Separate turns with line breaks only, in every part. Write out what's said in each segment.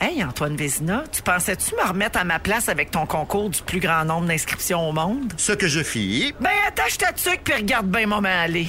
Hey, Antoine Vézina, tu pensais-tu me remettre à ma place avec ton concours du plus grand nombre d'inscriptions au monde?
Ce que je fis,
Ben, attache ta tuque puis regarde bien moment aller.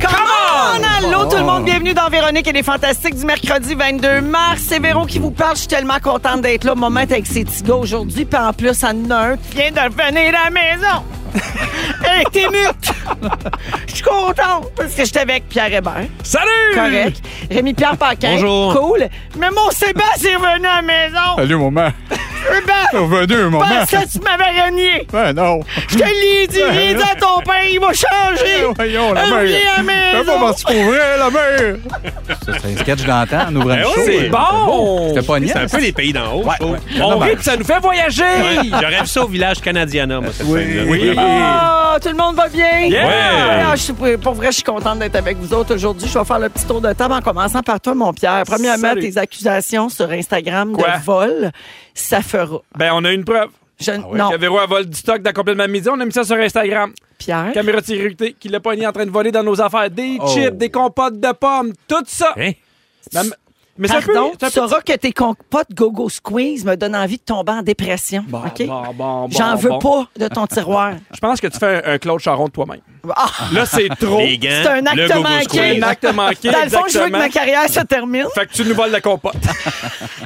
Comment on Allô tout le monde, bienvenue dans Véronique et les Fantastiques du mercredi 22 mars. C'est Véro qui vous parle. Je suis tellement contente d'être là. Moment avec ces petits gars aujourd'hui. Puis en plus, ça en a un qui vient de revenir à la maison. Hey, t'es mute! Je suis contente parce que j'étais avec Pierre Hébert.
Salut!
Correct. Rémi-Pierre Paquin.
Bonjour. Euh,
Cool. Mais mon Sébastien est revenu à la maison.
Salut, maman. euh,
Sébastien,
Revenu,
je
maman.
pense que tu m'avais renié.
Ben non.
Je te l'ai dit, j'ai dit à ton père, il va changer.
Ben, Voyons, la
Reviens à la
mère.
maison.
T'as pas parti pour vrai, la mère. Ben
C'est un sketch d'antan, en ouvrant le show.
C'est
C'était
bon!
pas niais.
C'est un peu les pays d'en haut, je trouve.
On rit, puis ça nous fait voyager!
Ouais, J'aurais vu ça au village Canadiana, moi, cette scène-là.
Oui.
Ah, tout le monde va bien?
Yeah!
Ouais. Ah, je suis- pour vrai, je suis contente d'être avec vous autres aujourd'hui. Je vais faire le petit tour de table en commençant par toi, mon Pierre. Premièrement,
Salut.
tes accusations sur Instagram
Quoi?
de vol, ça fera.
Ben, on a une preuve.
Je- Non,
Que Véro a volé du stock dans complètement midi. On a mis ça sur Instagram.
Pierre.
Caméra de sécurité qui l'a pogné en train de voler dans nos affaires. Des
Oh.
chips, des compotes de pommes, tout ça.
Hein?
Mais, mais c'est un peu.
Pardon,
c'est un
tu
peu-
sauras que tes compotes gogo squeeze me donnent envie de tomber en dépression.
Bon,
OK?
bon, bon,
J'en
bon,
veux
bon.
pas de ton tiroir.
Je pense que tu fais un, un Claude Charon de toi-même.
Ah,
Là, c'est trop.
Les gants,
c'est un
le
acte
gogo
manqué.
squeeze.
Un acte manqué,
Dans le fond, je veux que
exactement.
ma carrière se termine.
Fait que tu nous voles la compote.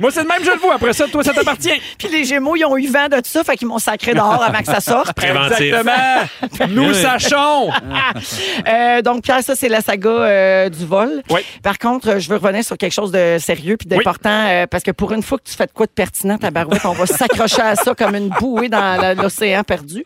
Moi, c'est le même, je le vois. Après ça, toi, ça t'appartient.
Puis les Gémeaux, ils ont eu vent de tout ça, fait qu'ils m'ont sacré dehors avant que ça sorte.
Préventif.
Exactement. Nous sachons.
Euh, donc, Pierre, ça, c'est la saga euh, du vol.
Oui.
Par contre, euh, je veux revenir sur quelque chose de sérieux puis d'important, euh, parce que pour une fois que tu fais de quoi de pertinent, ta barouette, on va s'accrocher à ça comme une bouée dans la- l'océan perdu.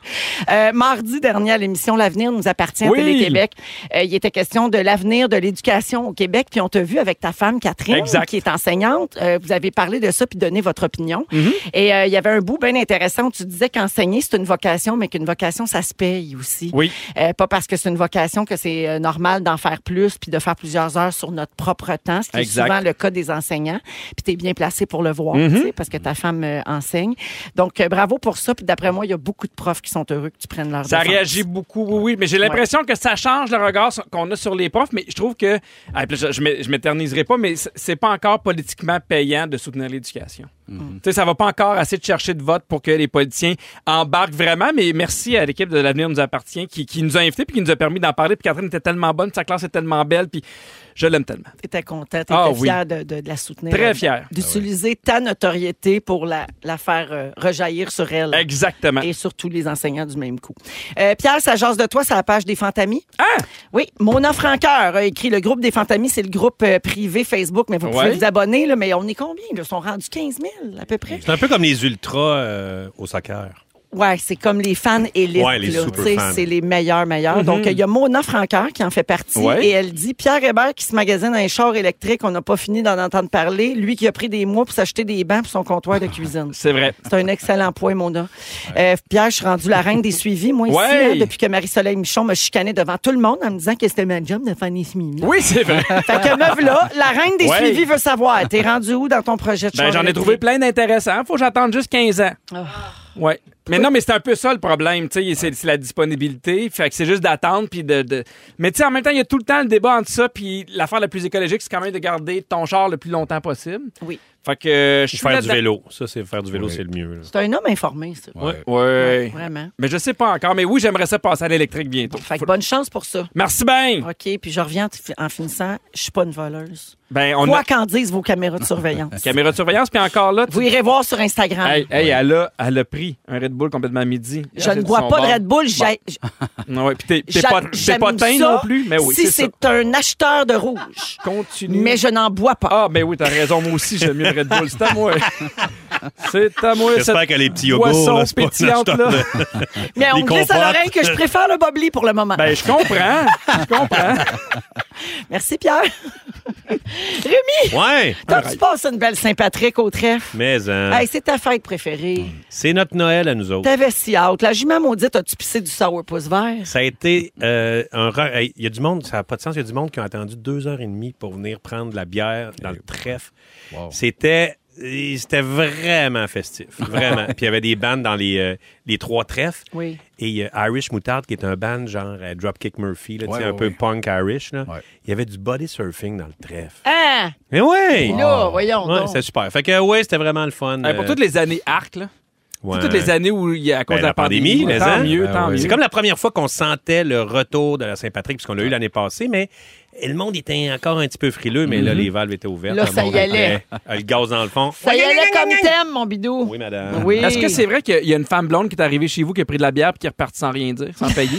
Euh, mardi dernier, à l'émission L'Avenir nous appartient
Oui.
à Télé-Québec, euh, il était question de l'avenir de l'éducation au Québec, puis on t'a vu avec ta femme, Catherine,
Exact.
qui est enseignante. Euh, vous avez parlé de ça puis donné votre opinion.
Mm-hmm.
Et euh, il y avait un bout bien intéressant où tu disais qu'enseigner, c'est une vocation, mais qu'une vocation, ça se paye aussi.
Oui.
Euh, pas parce que c'est une vocation que c'est euh, normal d'en faire plus puis de faire plusieurs heures sur notre propre temps, ce qui
Exact. Mm-hmm.
est souvent le cas des enseignants. Puis tu es bien placé pour le voir, tu sais, parce que ta femme euh, enseigne. Donc, euh, bravo pour ça. Puis d'après moi, il y a beaucoup de profs qui sont heureux que tu prennes leur
Ça
défense.
réagit beaucoup, oui, oui. Mais j'ai l'impression que ça change le regard sur- qu'on a sur les profs. Mais je trouve que. Ah, puis Je, je m'é- je m'éterniserai pas, mais c- c'est pas encore politiquement payant de soutenir l'éducation. Tu sais, ça va pas encore assez de chercher de vote pour que les politiciens embarquent vraiment. Mais merci à l'équipe de l'Avenir nous appartient qui, qui nous a invités puis qui nous a permis d'en parler. Puis Catherine était tellement bonne, sa classe est tellement belle, puis je l'aime tellement.
T'étais content, t'étais
Ah oui.
fier de, de- de la soutenir.
Très fier.
D'utiliser ta notoriété pour la, la faire euh, rejaillir sur elle.
Exactement.
Et sur tous les enseignants du même coup. Euh, Pierre, ça jase de toi sur la page des Fantamis.
Ah!
Oui, Mona Franqueur a écrit le groupe des Fantamis, c'est le groupe euh, privé Facebook, mais vous pouvez
Ouais.
vous abonner. Là, mais on est combien? Là? Ils sont rendus 15 000 à peu près.
C'est un peu comme les ultras euh, au soccer.
Ouais, c'est comme les fans élites.
Ouais, les
là,
super
tu sais,
fans.
C'est les meilleurs, meilleurs. Donc, il y a Mona Franqueur qui en fait partie
Ouais.
et elle dit Pierre Hébert qui se magasine un char électrique, on n'a pas fini d'en entendre parler. Lui qui a pris des mois pour s'acheter des bancs pour son comptoir de cuisine.
C'est vrai.
C'est un excellent point, Mona. Euh, Pierre, je suis rendue la reine des suivis, moi, ici,
Ouais.
hein, depuis que Marie-Soleil Michon me chicanait devant tout le monde en me disant que c'était ma job de faire des suivis.
Oui, c'est vrai.
Fait que meuf là, la reine des
Ouais.
suivis veut savoir. T'es rendu où dans ton projet de
Ben,
char
j'en ai trouvé
électrique?
plein d'intéressants. Faut que j'attende juste 15 ans.
Ah.
Ouais. Mais non, mais c'est un peu ça le problème, tu sais, c'est c'est la disponibilité, fait que c'est juste d'attendre puis de, de- Mais tu sais, en même temps, il y a tout le temps le débat entre ça puis l'affaire la plus écologique, c'est quand même de garder ton char le plus longtemps possible.
Oui.
Fait que euh, je suis
Faire du
là-dedans.
vélo. Ça, c'est faire du vélo, c'est le mieux. là.
C'est un homme informé, ça.
Ouais.
Ouais.
Vraiment.
Mais je sais pas encore, mais oui, j'aimerais ça passer à l'électrique bientôt.
Fait que
Faut-
bonne chance pour ça.
Merci bien.
OK, puis je reviens en en finissant. Je suis pas une voleuse.
Ben on
Quoi
a
qu'en disent vos caméras de surveillance.
caméra de surveillance puis encore là. tu-
Vous irez voir sur Instagram.
Hey, hey, elle a elle a pris un Red Bull complètement à midi.
Je ne bois pas de Red Bull. j'ai- j-
Bull. Ah Ouais, puis t'es- t'es
j'a-
pas t'es
j'aime
pas teint
ça
non plus, mais oui,
Si
c'est ça.
c'est un acheteur de rouge,
Continue.
mais je n'en bois pas.
Ah, ben oui, t'as raison. Moi aussi, j'aime mieux le Red Bull. C'est à moi. C'est à moi,
J'espère
cette
que les petits yogourts,
boisson
là, c'est pas
pétillante,
ça, je
là.
Mais on
Les
me glisse à
compotes.
l'oreille que je préfère le bobli pour le moment.
Ben, je comprends. Je comprends.
Merci, Pierre. Rémi,
Ouais,
quand tu passes une belle Saint-Patrick au trèfle,
mais
euh,
hein,
Hey, c'est ta fête préférée.
c'est notre Noël à nous autres.
T'avais si hâte. La jument maudite, as-tu pissé du sourpuss vert?
Ça a été euh, un. ra- hey, Il y a du monde, ça n'a pas de sens. Il y a du monde qui a attendu deux heures et demie pour venir prendre de la bière
Eh
dans le trèfle. C'était. et C'était vraiment festif, vraiment. Puis il y avait des bandes dans les, euh, les trois trèfles.
Oui.
Et il y a Irish Moutarde, qui est un band genre euh, Dropkick Murphy, là, tu
Ouais,
sais, un
ouais,
peu
ouais.
punk Irish. Là.
Ouais.
Il y avait du body surfing dans le trèfle.
Hein?
Mais ouais!
Ah.
Là, voyons
Ouais,
donc.
c'était super. Fait que euh, ouais, c'était vraiment le fun.
Hey, Ben, pour
Euh,
toutes les années arc, là. Pour
ouais.
toutes les années où, il y a, à cause
Ben,
de la,
la pandémie, les
tant
ans.
mieux,
Ben
tant
oui.
mieux.
C'est comme la première fois qu'on sentait le retour de la Saint-Patrick, puisqu'on
Ah.
l'a eu l'année passée, mais le monde était encore un petit peu frileux, mais
Mm-hmm.
là, les valves étaient ouvertes.
Là,
Le
ça
monde
y allait.
était- euh, le gaz dans le fond.
Ça y allait comme t'aimes, mon bidou.
Oui, euh, madame.
Oui.
Est-ce que c'est vrai qu'il y a une femme blonde qui est arrivée chez vous, qui a pris de la bière puis qui est repartie sans rien dire, sans payer?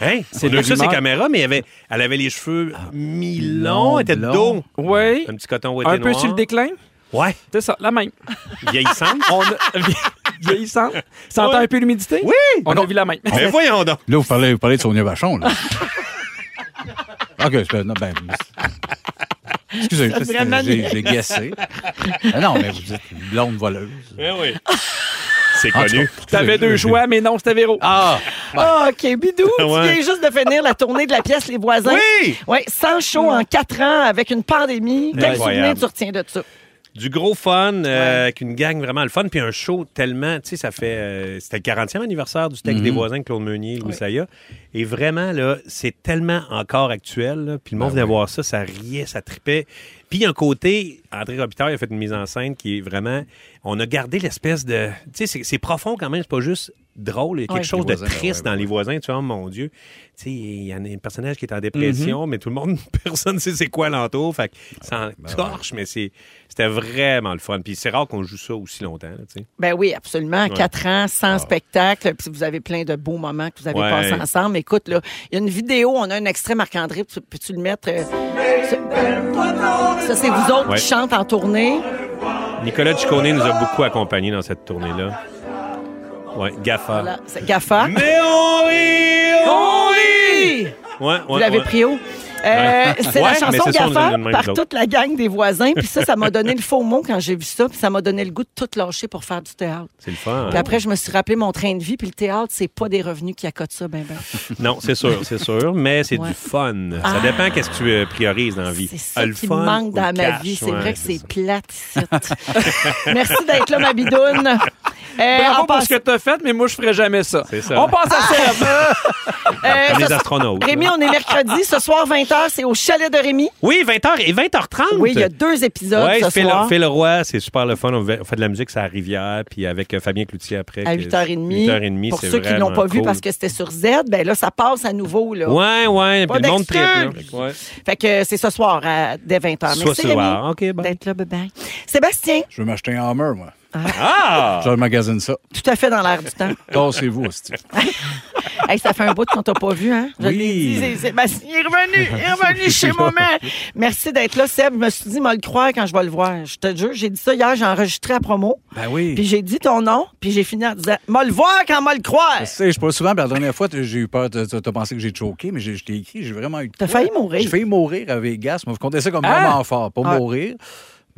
Hein?
C'est
On a
le
vu ça, ses
rumeur.
caméras, mais elle avait, elle avait les cheveux mi-longs,
long,
elle était de
blond.
dos.
oui.
Un petit coton ouaté
Un peu
noir.
sur le déclin.
Ouais,
C'est ça, la même.
vieillissante.
On a... Vieillissante. Ça entend
Ouais.
un peu l'humidité? Oui. On a vu la même.
mais voyons donc.
Là, vous parlez, vous parlez de Sonia Vachon, là. OK, c'est pas- non, ben, c'est- Excusez, c'est-
vraiment
j'ai j'ai guessé. Ah non, mais vous êtes une blonde voleuse.
Eh oui. C'est
En tout
connu.
cas,
T'avais deux choix, mais non, c'était Véro.
Ah!
Ah, OK, Bidou,
Ouais.
tu viens juste de finir la tournée de la pièce Les Voisins.
Oui!
Oui, 100 shows en 4 ans avec une pandémie. Quel
Incroyable.
souvenir tu retiens de ça?
Du gros fun, euh, avec une gang vraiment le fun, puis un show tellement, tu sais, ça fait, euh, c'était le 40e anniversaire du
Mhm.
texte des voisins de Claude Meunier, Louis Saya, et vraiment, là, c'est tellement encore actuel, là, puis le monde
Ben
venait voir ça, ça riait, ça tripait, puis il y a un côté, André Robitaille a fait une mise en scène qui est vraiment, on a gardé l'espèce de, tu sais, c'est- c'est profond quand même, c'est pas juste drôle, il y a quelque
Ouais.
chose
Les
de
voisins, ben
triste
ouais,
dans les voisins, tu vois, oh, mon Dieu, tu sais, il y en a un personnage qui est en dépression,
Mm-hmm.
mais tout le monde, personne ne sait c'est quoi l'entour, fait que ça en
ben
torche, mais c'est- c'était vraiment le fun. Puis c'est rare qu'on joue ça aussi longtemps, là, tu sais.
Ben oui, absolument. Quatre ans, sans spectacle. Puis vous avez plein de beaux moments que vous avez
Ah. Ouais.
passés ensemble. Écoute, là, il y a une vidéo, on a un extrait, Marc-André. tu- Peux-tu le mettre? euh, ça- ça, c'est vous autres
Ouais.
qui chantez en tournée.
Nicolas Ciccone nous a beaucoup accompagnés dans cette tournée-là. Ouais, Gaffa.
Voilà, c'est GAFA.
Ah. Mais on rit, on rit! Ouais, ouais,
Vous l'avez
ouais.
pris haut. Euh,
Ouais.
C'est la
Ouais, mais
chanson
c'est ça, on les a
Gaffa
de même,
par
nous autres.
toute la gang des voisins. Puis ça, ça m'a donné le faux mot quand j'ai vu ça. Puis ça m'a donné le goût de tout lâcher pour faire du théâtre.
C'est hein. le fun.
Puis après, je me suis rappelé mon train de vie. Puis le théâtre, c'est pas des revenus qui accotent ça, ben ben.
Non, c'est sûr, c'est sûr, mais c'est
Ouais. Ah.
du fun. Ça dépend qu'est-ce que tu euh, priorises dans la vie.
C'est ça
Ah, le
qui me
fun
manque
ou
dans
le
ma
cash,
vie. C'est
ouais,
vrai que c'est plate ici. Merci d'être là, ma bidoune. Euh,
Bravo
en
pour
passe-
ce que t'as fait, mais moi, je ferais jamais ça.
C'est ça.
On passe à Seb.
euh,
Comme
ce-
les astronautes.
Rémi, on est mercredi. Ce soir, 20h, c'est au chalet de Rémi.
Oui, 20h et 20h30.
Oui, il y a deux épisodes
Ouais,
ce
Phil,
soir.
Phil Roy, c'est super le fun. On fait on fait de la musique sur la rivière, puis avec euh, Fabien Cloutier après.
à
que-
8h30.
8h30,
Pour
c'est
ceux qui ne l'ont
vraiment
pas vu
cool.
parce que c'était sur Z, ben là, ça passe à nouveau. Là.
Ouais, ouais,
Pas
puis le monde tripe.
d'excuses.
là. Fait que, ouais.
Fait que c'est ce soir à- dès 20h.
Soit
Ah, Merci
ce
Rémi
soir. Ah, OK, bye.
d'être là. Bye-bye. Sébastien,
Je veux m'acheter un Hammer, moi.
Ah!
Je magasine ça.
tout à fait dans l'air du temps.
Cassez-vous, hostie.
Hey, ça fait un bout qu'on t'a pas vu, hein? Je
Oui.
l'ai dit, c'est- Sébastien, il est revenu, il est revenu chez mon mère. Merci d'être là, Seb. Je me suis dit, moi, le croire quand je vais le voir. Je te jure, j'ai dit ça hier, j'ai enregistré à promo.
Ben oui.
Puis j'ai dit ton nom, puis j'ai fini en disant, moi le voir quand moi le croire.
Je sais, je pas souvent, puis la dernière fois, j'ai eu peur, t'as t'as pensé que j'ai choqué, mais j'ai- je t'ai écrit, j'ai vraiment eu. de
T'as
quoi.
failli mourir.
J'ai failli mourir à Vegas. Moi, vous comptez ça comme
Ah!
moment fort, pas
Ah.
mourir.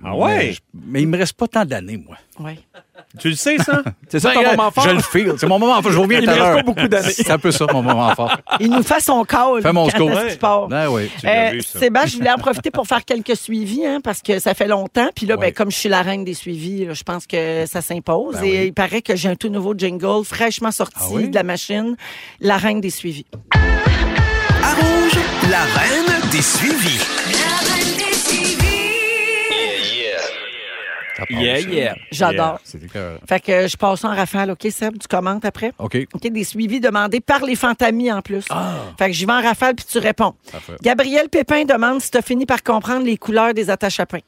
Ah ouais?
Mais, je- mais il me reste pas tant d'années, moi.
Ouais.
Tu le sais, ça?
C'est ça ton
euh,
Ben,
moment fort?
Je le feel. C'est mon moment fort. Je reviens
Il
tout à
me reste
l'heure.
pas beaucoup d'années.
C'est un peu ça, mon moment fort.
Il nous fait son call.
Fais mon
quand
score.
est-ce qu'il part.
Ben oui.
Tu l'as vu, ça.
Eh, Sébastien, je voulais en profiter pour faire quelques suivis, hein, parce que ça fait longtemps. Puis là, ben,
Ouais.
comme je suis la reine des suivis, là, je pense que ça s'impose.
Ben
Et
oui.
il paraît que j'ai un tout nouveau jingle fraîchement sorti
Ah oui?
de la machine, la reine des suivis.
À Rouge, la reine des suivis.
Euh,
Ça passe.
Yeah, yeah.
J'adore.
C'est écœurant.
Fait que je passe en rafale, OK, Seb? Tu commentes après?
OK. Ah!
OK, des suivis demandés par les fantamis en plus. Fait que j'y vais en rafale puis tu réponds.
Parfait.
Gabriel Pépin demande si tu as fini par comprendre les couleurs des attaches à pain.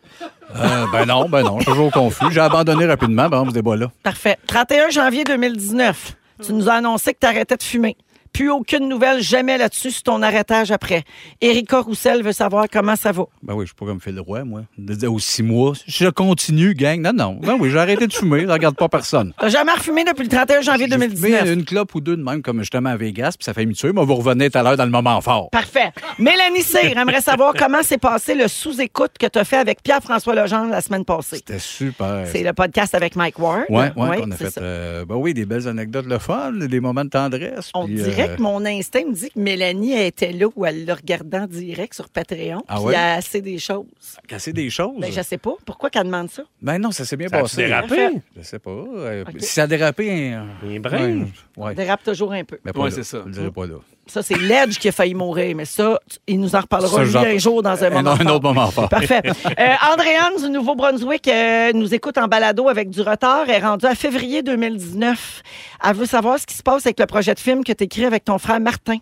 Euh, ben non, ben non. Je suis toujours confus. J'ai abandonné rapidement, par exemple, ce débat-là.
Parfait. 31 janvier 2019, tu nous as annoncé que tu arrêtais de fumer. Plus aucune nouvelle jamais là-dessus sur ton arrêtage après. Erika Roussel veut savoir comment ça va.
Ben oui, je suis pas comme Phil Roy, moi. De dire aux six mois, je continue, gang. Non, non. Ben oui, j'ai arrêté de fumer, je regarde pas personne.
T'as jamais refumé depuis le 31 janvier
J'ai
2019.
fumé une clope ou deux de même, comme justement à Vegas, puis ça fait me tuer, mais on va revenir tout à l'heure dans le moment fort.
Parfait. Mélanie Cyr aimerait savoir comment s'est passé le sous-écoute que tu as fait avec Pierre-François Legendre la semaine passée.
C'était super.
C'est le podcast avec Mike Ward.
Ouais, ouais, qu'on a
c'est
fait.
ça.
euh, ben oui, des belles anecdotes le fun, des moments de tendresse.
On
puis,
dirait
euh,
que mon instinct me dit que Mélanie elle était là où elle le regardait en direct sur Patreon.
Ah
puis
ouais?
elle a assez des choses.
Casser des choses.
Ben, je sais pas. Pourquoi qu'elle demande ça?
Ben non, ça s'est bien
Ça a-tu
passé.
dérapé?
Je sais pas. euh,
Ok.
Si ça a dérapé, hein,
Un brin.
ouais, ouais.
Dérape toujours un peu.
Mais
Ouais,
pas
c'est
c'est
ça.
ça. Je le dirais pas là.
Ça, c'est Ledge qui a failli mourir, mais ça, tu- il nous en reparlera
Ça,
lui,
j'en-
un jour dans un
Un-
moment.
un
fort.
autre moment fort.
Parfait. Euh, Andréane du Nouveau-Brunswick euh, nous écoute en balado avec du retard. Elle est rendue à février 2019. Elle veut savoir ce qui se passe avec le projet de film que tu écris avec ton frère Martin.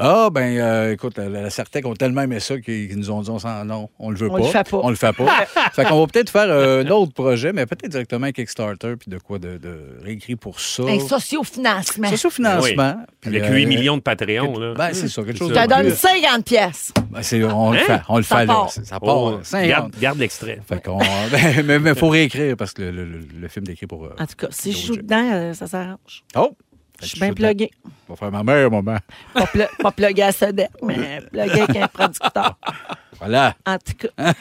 Ah, ben, euh, écoute, la, la Sartec ont tellement aimé ça qu'ils qu'ils nous ont dit on s'en- non, on le veut
On
pas.
le fait pas.
On le fait pas. fait qu'on va peut-être faire euh, un autre projet, mais peut-être directement un Kickstarter, puis de quoi de, de réécrit pour ça.
Ben,
Un sociofinancement.
Socio-financement. Puis,
Avec
euh,
8 millions de Patreon, là.
Ben, c'est ça, quelque chose
Je te
de
donne
plus.
50 pièces.
Ben, c'est- on le fait, on le
Ça
fait là.
part.
C'est- Ça part.
Hein? Oh,
hein, cinq ans.
garde garde l'extrait.
Fait qu'on. ben, mais il faut réécrire parce que le, le- le- le film décrit pour. euh,
En tout cas, si je joue
Projet.
dedans, euh, ça s'arrange.
Oh!
Je suis
Fait que
bien pluguée.
Je vais faire ma mère, maman.
Pas, plu- pas pluguée à Sodec, mais pluguée avec un producteur.
Voilà.
En tout cas.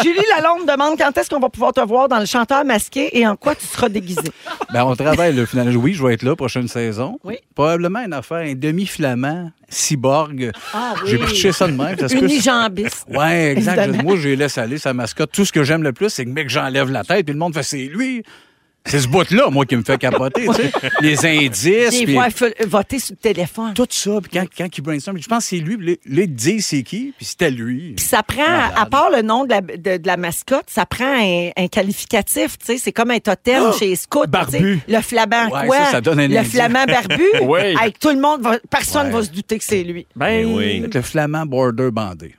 Julie Lalonde demande quand est-ce qu'on va pouvoir te voir dans Le Chanteur masqué et en quoi tu seras déguisé.
Ben, on travaille le final. Oui, je vais être là prochaine saison.
Oui.
Probablement une affaire, un demi-flamand, cyborg.
Ah oui.
J'ai pitché ça de même. Ça se peut-
Unijambiste.
Ouais, exact.
Évidemment.
Moi, j'ai laissé aller sa mascotte. Tout ce que j'aime le plus, c'est que mec, j'enlève la tête, puis le monde fait c'est lui. C'est ce bout-là, moi, qui me fait capoter, tu sais. Les indices,
Des
puis
voix fol- voter sur le téléphone.
tout ça. Puis quand, quand il brainstorm, je pense que c'est lui, puis là, il dit c'est qui, puis c'était lui.
Puis ça prend,
Malade.
à part le nom de la, de, de la mascotte, ça prend un, un qualificatif, tu sais, c'est comme un totem chez les scouts. tu sais.
Ah! Barbu.
Le flamand
Ouais,
quoi?
ça, ça donne un
le
indice.
flamand barbu.
Oui.
Avec tout le monde, va- personne
Ouais.
va se douter que c'est lui.
Ben
oui.
Peut-être le flamand border bandé.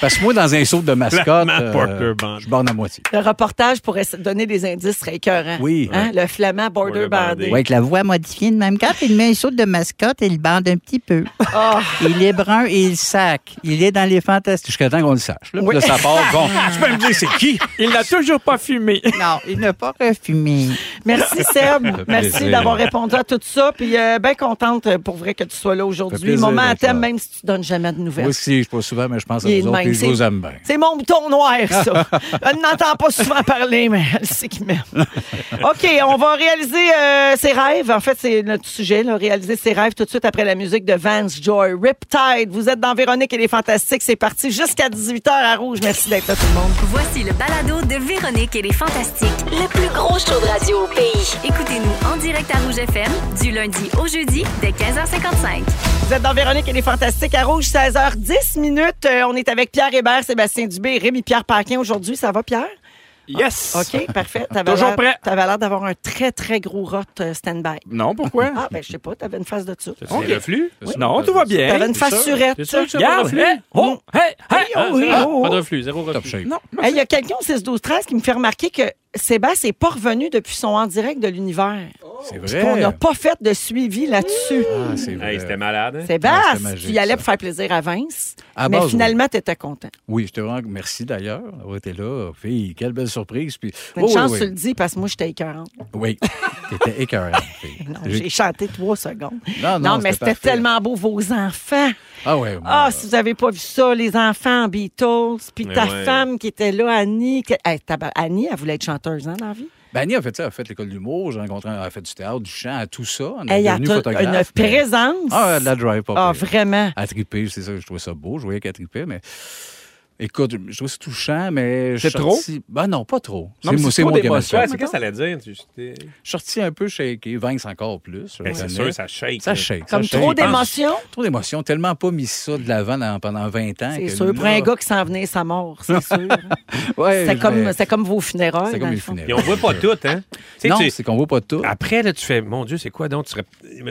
Parce que moi, dans un saut de mascotte, euh,
Flamand border bandé.
je borne à moitié.
Le reportage pourrait se- donner des indices serait écœurant.
Oui.
Hein? Le flamand border
Border bandé.
bandé.
Ouais,
avec la voix modifiée de même. Quand il met un saut de mascotte, il bande un petit peu. Il est brun et il sac. Il est dans les fantastiques.
Jusqu'à temps qu'on le sache. Là, Puis là, ça part. Bon, tu peux me dire c'est qui?
Il n'a toujours pas fumé.
Non, il n'a pas refumé.
Merci Seb, merci
plaisir.
d'avoir répondu à tout ça, puis bien contente euh, pour vrai que tu sois là
Ça fait
aujourd'hui.
plaisir,
Moment à thème,
Richard.
même si tu donnes jamais de nouvelles.
Moi aussi, je pas souvent, mais je pense à
Il est
vous
de
autres,
même,
puis je
c'est-
vous aime bien.
C'est mon bouton noir, ça. Elle n'entend pas souvent parler, mais elle sait qu'il m'aime. OK, on va réaliser euh, ses rêves. En fait, c'est notre sujet, là, réaliser ses rêves tout de suite après la musique de Vance Joy. Riptide, vous êtes dans Véronique et les Fantastiques. C'est parti jusqu'à 18h à Rouge. Merci d'être là, tout le monde.
Voici le balado de Véronique et les Fantastiques, le plus gros show de radio au pays. Écoutez-nous en direct à Rouge FM du lundi au jeudi dès 15h55.
Vous êtes dans Véronique et les Fantastiques à Rouge, 16h10 minutes. Euh, on est avec Pierre Hébert, Sébastien Dubé et Rémi-Pierre Paquin aujourd'hui. Ça va, Pierre?
Yes!
OK, parfait. T'avais
Toujours
l'air-
prêt.
T'avais l'air d'avoir un très, très gros rot euh, stand-by.
Non, pourquoi?
Ah, ben, je sais pas, t'avais une face de ça.
C'est le flux?
Non, tout va bien.
T'avais une face surette.
C'est sûr que ça
Regarde,
reflux?
hey, oh, hey, hey,
oh, oui,
ah,
oh,
Pas de
oh.
reflux, zéro
Top
reflux.
shape.
Non,
Hey, Il y a quelqu'un au 6-12-13 qui me fait remarquer que Sébastien n'est pas revenu depuis son en direct de l'univers.
C'est
Puis qu'on
vrai.
n'a pas fait de suivi là-dessus.
Ah, c'est vrai.
Hey, c'était malade. hein?
Ah,
Sébastien,
c'était magique,
tu y allais
ça.
pour faire plaisir à Vince.
À
mais
base,
finalement, tu étais content.
Oui, je te rends merci d'ailleurs d'avoir été là. Fille, quelle belle surprise. Puis...
T'as une
Oh,
chance,
oui,
tu le dis, parce que moi, j'étais écœurante.
oui. Oui, t'étais écœurante. fille.
Non,
J'ai-
j'ai chanté trois secondes.
Non, non,
mais c'était
parfait.
tellement beau, vos enfants.
Ah ouais.
Ah,
moi,
si vous avez pas vu ça, les enfants en Beatles, puis
Mais
ta
ouais.
femme qui était là, Annie. que- Hey, tabar- Annie, elle voulait être chanteuse, hein, dans la vie?
Ben, Annie a fait ça, elle a fait l'école d'humour, j'ai rencontré, elle a fait du théâtre, du chant, tout ça. Elle
Hey,
est
elle a
devenue
une
photographe. mais-
présence.
Ah, elle la drive pas.
Ah,
pire.
vraiment.
Elle tripait, c'est ça, je trouvais ça beau, je voyais qu'elle tripait, mais. Écoute, je trouve c'est touchant, mais. je
C'est
suis
trop?
sorti- Ben non, pas trop.
Non, mais c'est trop
game
d'émotion.
à
Ouais,
ça.
c'est qu'est-ce que ça allait dire? tu- c'était-
Je suis sorti un peu shaké, Vince encore plus. je
Ben, c'est
reconnais.
sûr, ça shake.
Ça
là.
shake.
Comme
ça
trop
shake. Ah,
d'émotions.
Trop d'émotions, tellement pas mis ça de l'avant dans- pendant 20 ans.
C'est
que
sûr.
Ah, là-
Pour un gars qui s'en venait, sa mort, c'est sûr. hein.
Ouais,
C'est
mais-
comme, c'est comme vos funérailles.
C'est
dans
comme
le
les
fond.
funérailles.
Puis on voit pas tout, hein? Tu sais,
Non,
tu-
Ah,
c'est qu'on voit pas tout.
Après, là, tu fais, mon Dieu, c'est quoi donc? Tu serais-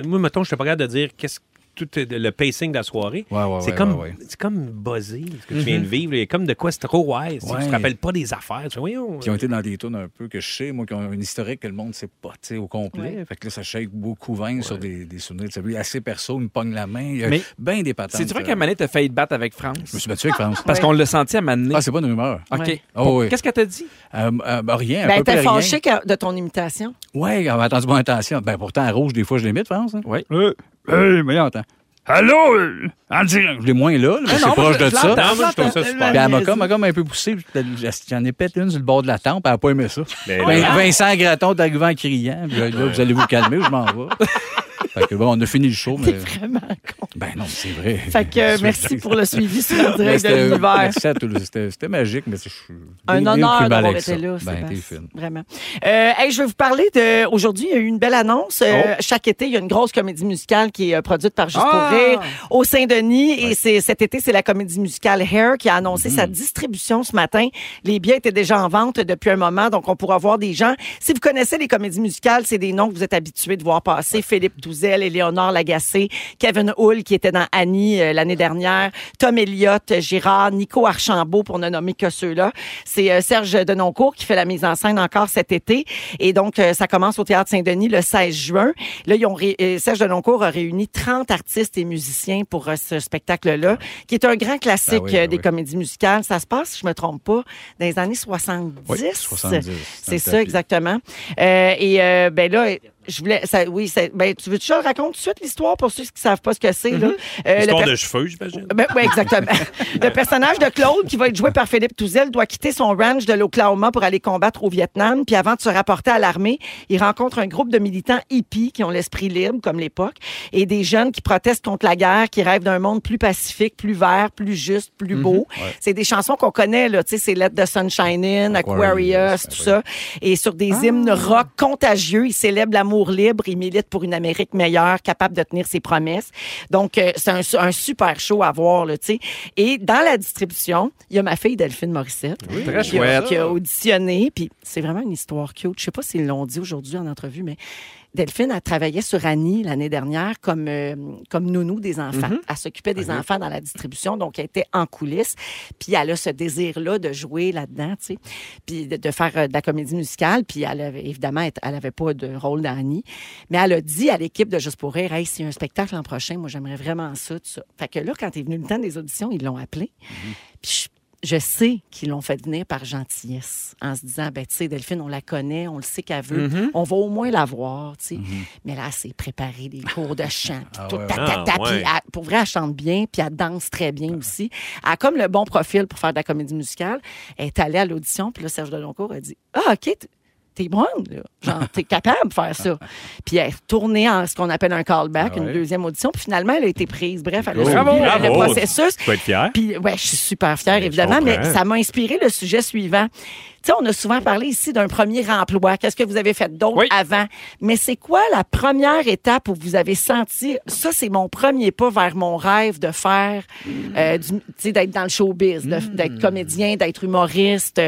Moi, mettons, je te pas capable de dire qu'est-ce tout euh, le pacing de la soirée.
ouais,
c'est
ouais,
comme,
ouais, ouais.
c'est comme buzzé ce que tu
Mhm.
viens de vivre. Il y a comme de quoi c'est trop wise. Tu sais, Tu
Ouais.
te rappelles pas des affaires. Tu fais, voyons.
Qui ont été dans des tunes un peu que je sais, moi, qui ont une historique que le monde ne sait pas, tu sais, au complet. Fait que là, ça shake beaucoup vingt sur des, des souvenirs. Tu sais, assez perso, il me pogne la main. Il y a
Mais
bien des patentes.
C'est vrai qu'à
euh,
Mané, t'as failli te battre avec France.
Je me suis battu avec France.
Parce qu'on l'a senti à Mané.
Ah, c'est pas une rumeur.
OK.
Ouais.
Pour-
Oh, oui.
Qu'est-ce qu'elle t'a dit?
Euh, euh, ben, rien, à
Ben,
peu près
t'es
rien. Euh.
fâché que- de ton imitation.
Oui, on va attendre mon attention. Ben, pourtant, à rouge, des fois, je l'imite, France. hein?
Oui.
Euh, euh, mais attends. Allô? euh, en direct. Je l'ai moins là, là, mais
Ah
c'est
non, moi,
proche
je-
de
je
ça.
l'entends, moi, je trouve ça
Puis
super.
elle m'a comme, m'a comme un peu poussé. puis elle- J'en ai pété une sur le bord de la tempe. Elle n'a pas aimé ça.
Ben,
Vin- Vincent Gratton est arrivé en criant. puis là, vous allez vous calmer, je m'en vais. Fait que bon, on a fini le show. Mais...
Vraiment.
Ben non, c'est vrai.
Fait que euh, merci pour le suivi sur le
Mais
direct de
c'était-
l'univers.
Merci à tous. C'était c'était magique, mais je suis.
Un
bien- bien
honneur
plus mal
d'avoir
avec
été
ça.
là,
Ben,
Sébastien.
t'es fine.
Vraiment. Euh, hey, je vais vous parler de. Aujourd'hui, il y a eu une belle annonce. Euh,
Oh.
Chaque été, il y a une grosse comédie musicale qui est euh, produite par Juste
Ah!
pour rire au Saint-Denis. Et c'est cet été, c'est la comédie musicale Hair qui a annoncé
Mm.
sa distribution ce matin. Les billets étaient déjà en vente depuis un moment, donc on pourra voir des gens. Si vous connaissez les comédies musicales, c'est des noms que vous êtes habitués de voir passer. Philippe Touzel, Éléonore Lagacé, Kevin Hull qui était dans Annie euh, l'année dernière, Tom Elliott, euh, Girard, Nico Archambault pour ne nommer que ceux-là. C'est euh, Serge Denoncourt qui fait la mise en scène encore cet été. Et donc, euh, ça commence au Théâtre Saint-Denis le 16 juin. Là, ils ont ré- euh, Serge Denoncourt a réuni 30 artistes et musiciens pour euh, ce spectacle-là, qui est un grand classique
Ah oui, ah
euh, des
oui.
comédies musicales. Ça se passe, si je me trompe pas, dans les années 70.
Oui, 70,
C'est
dans le
ça,
tapis.
exactement. Euh, et euh, ben là, je voulais... Ça, oui, ça- ben, tu veux que je le raconte tout de suite l'histoire pour ceux qui ne savent pas ce que c'est?
Mhm.
là? Euh, le
Histoire
per-
de cheveux, j'imagine.
ben, oui, exactement. Le personnage de Claude, qui va être joué par Philippe Touzel, doit quitter son ranch de l'Oklahoma pour aller combattre au Vietnam. Puis avant de se rapporter à l'armée, il rencontre un groupe de militants hippies qui ont l'esprit libre, comme l'époque, et des jeunes qui protestent contre la guerre, qui rêvent d'un monde plus pacifique, plus vert, plus juste, plus beau. C'est des chansons qu'on connaît, là. Tu sais, c'est Let the Sunshine In, Aquarius, tout ça. Et sur des hymnes rock contagieux, il célèbre l'amour libre, il milite pour une Amérique meilleure, capable de tenir ses promesses. Donc, euh, c'est un, su- un super show à voir, là, tu sais. Et dans la distribution, il y a ma fille Delphine Morissette.
Très
qui a,
chouette.
qui euh, a auditionné, puis c'est vraiment une histoire cute. Je sais pas s'ils l'ont dit aujourd'hui en entrevue, mais Delphine, elle travaillait sur Annie l'année dernière comme, euh, comme nounou des enfants. Elle s'occupait des enfants dans la distribution, donc elle était en coulisses. Puis elle a ce désir-là de jouer là-dedans, tu sais, puis de, de faire euh, de la comédie musicale. Puis elle avait, évidemment, elle- elle n'avait pas de rôle dans Annie. Mais elle a dit à l'équipe de Juste pour rire, « Hey, s'il y a un spectacle l'an prochain, moi, j'aimerais vraiment ça, tout ça. » Fait que là, quand est venu le temps des auditions, ils l'ont appelé. Puis je, je sais qu'ils l'ont fait venir par gentillesse, en se disant, ben, tu sais, Delphine, on la connaît, on le sait qu'elle veut,
Mm-hmm.
on va au moins la voir, tu sais. Mais là, elle s'est préparée des cours de chant, puis tout, ta, ta, ta,
Ah,
puis
ouais. Ah.
elle- pour vrai, elle chante bien, puis elle danse très bien aussi. Elle a comme le bon profil pour faire de la comédie musicale. Elle est allée à l'audition, puis là, Serge Deloncourt a dit, ah, OK, t- t'es bonne, là. Genre, t'es capable de faire ça. Puis elle est retournée en ce qu'on appelle un callback,
Ah ouais.
une deuxième audition, puis finalement, elle a été prise. Bref, elle a
Go.
suivi
Bravo.
le
Bravo.
processus.
Tu peux être fier.
Puis, ouais, je suis super fière, évidemment,
Ben, je
mais
comprends.
ça m'a inspiré le sujet suivant. Tu sais, on a souvent parlé ici d'un premier emploi. Qu'est-ce que vous avez fait d'autre
Oui.
avant? Mais c'est quoi la première étape où vous avez senti, ça, c'est mon premier pas vers mon rêve de faire, euh, du- tu sais, d'être dans le showbiz, de-
Hmm.
d'être comédien, d'être humoriste.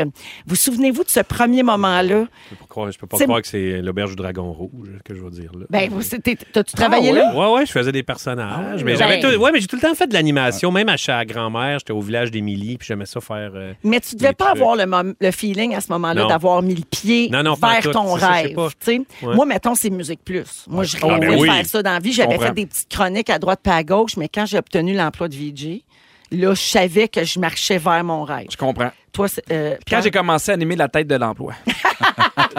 Vous souvenez-vous de ce premier moment-là?
Je peux pas croire- je peux pas
C'est-
croire que c'est l'auberge du dragon rouge que je veux dire là.
Ben, vous- c'était-
Ah
Ah,
t'as-tu travaillé là?
Ouais, ouais, je faisais des personnages. Mais
Ben-
j'avais tout- ouais, mais j'ai tout le temps fait de l'animation. Même à chez la grand-mère, j'étais au village d'Émilie, puis j'aimais ça faire. euh,
Mais tu devais
Des
pas
trucs.
avoir le, mom- le feeling à ce moment-là
Non.
d'avoir mis le pied
Non, non, pas
vers
en tout.
ton
C'est ça, je sais
rêve.
pas.
tu sais.
Ouais.
Moi, mettons, c'est Musique Plus. Moi, je
Ah,
rêvais
ben
de
oui.
faire ça dans la vie. J'avais
comprends.
fait des petites chroniques à droite pas à gauche, mais quand j'ai obtenu l'emploi de VJ, là, je savais que je marchais vers mon rêve.
Je comprends.
Toi, c'est, euh,
Quand
Pierre?
j'ai commencé à animer la tête de l'emploi,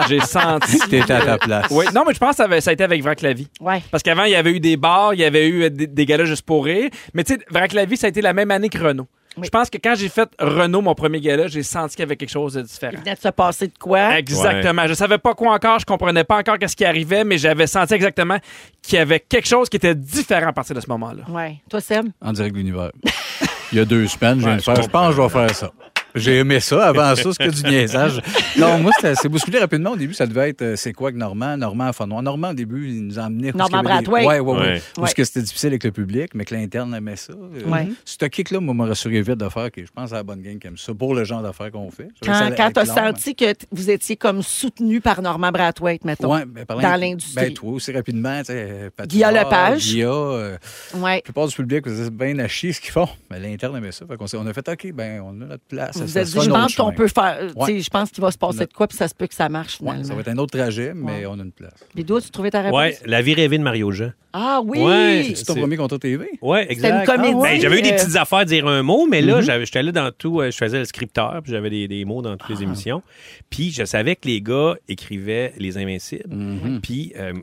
j'ai senti.
T'étais à ta place.
Oui, non, mais je pense que ça avait- ça a été avec Vrac la vie.
Ouais.
Parce qu'avant, il y avait eu des bars, il y avait eu euh, des, des galas juste pour rire. Mais tu sais, Vrac la vie, ça a été la même année que Renault.
Oui.
Je pense que quand j'ai fait Renault, mon premier gala, j'ai senti qu'il y avait quelque chose de différent.
Il venait de se passer de quoi?
Exactement. Je savais pas quoi encore, je comprenais pas encore qu'est-ce qui arrivait, mais j'avais senti exactement qu'il y avait quelque chose qui était différent à partir de ce moment-là.
Ouais. Toi, Seb?
En direct de l'univers. Il y a deux semaines, je viens de faire. Je pense que je vais faire ça. J'ai aimé ça. Avant ça, c'était du niaisage. Non, moi, c'était- c'est bousculé rapidement. Au début, ça devait être euh, c'est quoi que Normand, Normand à fond noir. Normand, au début, il nous emmenait.
Normand Brathwaite.
Oui, oui, oui.
Ouais.
Parce que c'était difficile avec le public, mais que l'interne aimait ça. Euh,
Ouais.
Ce kick-là, moi, m'a rassuré vite de faire que je pense à la bonne gang qui aime ça pour le genre d'affaires qu'on fait. Je savais que ça
Quand,
allait
quand
être
tu as
long,
senti que t- vous étiez comme soutenu par Norman Brathwaite,
mais-
mettons,
Ouais, ben, parlant-
dans l'industrie.
Ben, toi aussi, rapidement. tu sais, euh, Patrick
Guilla
Huard,
Lepage.
Guilla, euh,
ouais.
la plupart du public, c'est bien à chier ce qu'ils font. Mais l'interne aimait ça. Fait qu'on s'est- on a fait OK, ben, on a notre place.
Vous vous
Ça- ça
êtes dit,
sera
je
notre
pense qu'on
chemin.
peut faire. tu
Ouais.
sais, Je pense qu'il va se passer
Notre-
de quoi, puis ça se peut que ça marche
Ouais,
finalement.
ça va être un autre trajet, mais on a une place.
Bidou, tu trouvais ta réponse?
Ouais, la vie rêvée de Mario Jean.
Ah oui!
Ouais,
C'est ton premier contrat TV?
Oui, exact.
Ah
une comédie,
Ben, j'avais eu des
euh,
petites affaires à dire un mot, mais là,
Mhm.
j'avais- j'étais allé dans tout. euh, Je faisais le scripteur, puis j'avais des, des mots dans toutes
Ah.
les émissions. Puis je savais que les gars écrivaient Les Invincibles.
Mm-hmm.
Puis euh,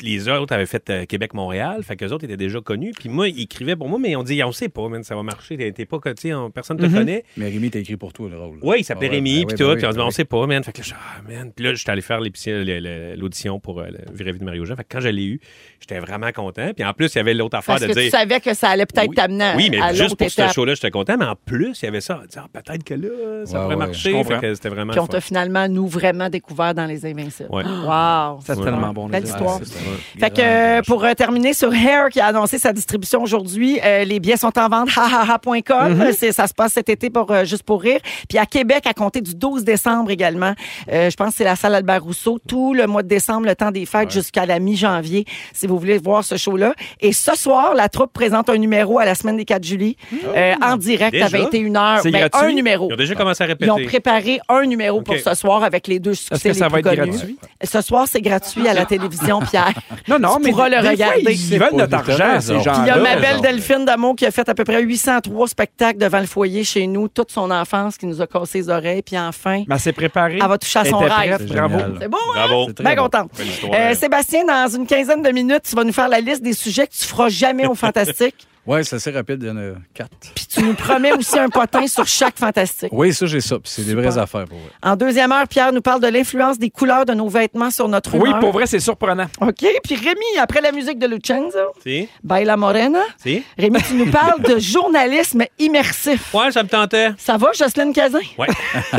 les autres avaient fait euh, Québec-Montréal. Fait qu'eux autres étaient déjà connus. Puis moi, ils écrivaient pour moi, mais on dit, on sait pas, man, ça va marcher. T'es- t'es pas, tu sais, on- personne te
Mhm.
connaît.
Mais Rémi, t'as écrit pour toi le rôle.
Oui, il s'appelait
Ah ouais,
Rémi,
ben oui,
puis tout.
ben oui,
puis on se dit,
ben
on
oui.
sait pas, man. Fait que là, je suis, ah, man. Puis là, j'étais allé faire l'épici- le- le- l'audition pour euh, le Vie rêvée de Mario Jean. Fait que quand je l'ai eu, j'étais vraiment content. Puis en plus, il y avait l'autre affaire
Parce
de
que tu
dire.
savais que ça allait peut-être t'amener à-
Oui, mais
à
juste
l'autre
pour
étape.
ce show-là, j'étais content. Mais en plus, il y avait ça. On dit, Ah, peut-être que là, ça
Ouais,
pourrait
ouais,
marcher.
je
Fait
comprends.
que C'était vraiment.
Puis on
le
t'a
fun.
finalement, nous, vraiment découvert dans Les Invincibles.
Ouais.
Wow!
C'est tellement bon.
Belle
les gens.
histoire.
Ouais, c'est ça.
Fait que euh, pour euh, terminer sur Hair qui a annoncé sa distribution aujourd'hui, euh, les billets sont en vente hahaha.com.
Mm-hmm.
C'est- Ça se passe cet été pour euh, juste pour rire. Puis à Québec, à compter du 12 décembre également, euh, je pense que c'est la salle Albert Rousseau tout le mois de décembre, le temps des fêtes jusqu'à la mi-janvier, si vous voulez voir ce show-là. Et ce soir, la troupe présente un numéro à la semaine des 4 juillet euh, en direct
Mm-hmm. Déjà?
à 21h.
C'est
Ben,
gratuit?
un numéro.
Ils ont déjà commencé à
Ils ont
répéter.
préparé un numéro pour
OK.
ce soir avec les deux
Est-ce
succès
que ça
les
va
plus
être
connus.
gratuit?
Ce soir, c'est gratuit à la télévision, Pierre.
Non, non,
Tu
mais
pourras
des-
le
des fois,
regarder.
ils veulent notre
T'as
argent,
raison.
ces gens-là.
Puis il y a ma
là,
belle
genre.
Delphine Damour qui a fait à peu près 803 spectacles devant le foyer chez nous toute son enfance, qui nous a cassé les oreilles. Puis enfin,
Mais elle s'est préparée.
elle va toucher à son
était
rêve.
prête,
C'est
Bravo.
génial.
C'est beau, hein?
Bravo.
très
Bien
bon.
contente.
Belle histoire.
Euh, Sébastien, dans une quinzaine de minutes, tu vas nous faire la liste des sujets que tu feras jamais au Fantastique.
Ouais, c'est assez rapide, il y en a quatre.
Puis tu nous promets aussi un potin sur chaque Fantastique.
Oui, ça, j'ai ça. puis c'est des
Super.
vraies affaires pour vrai.
En deuxième heure, Pierre nous parle de l'influence des couleurs de nos vêtements sur notre
Oui,
humeur.
pour vrai, c'est surprenant.
OK. Puis Rémi, après la musique de Lucenzo,
Si,
Baila Morena.
si.
Rémi, tu nous parles de journalisme immersif.
Ouais, ça me tentait.
Ça va, Jocelyne Cazin?
Ouais.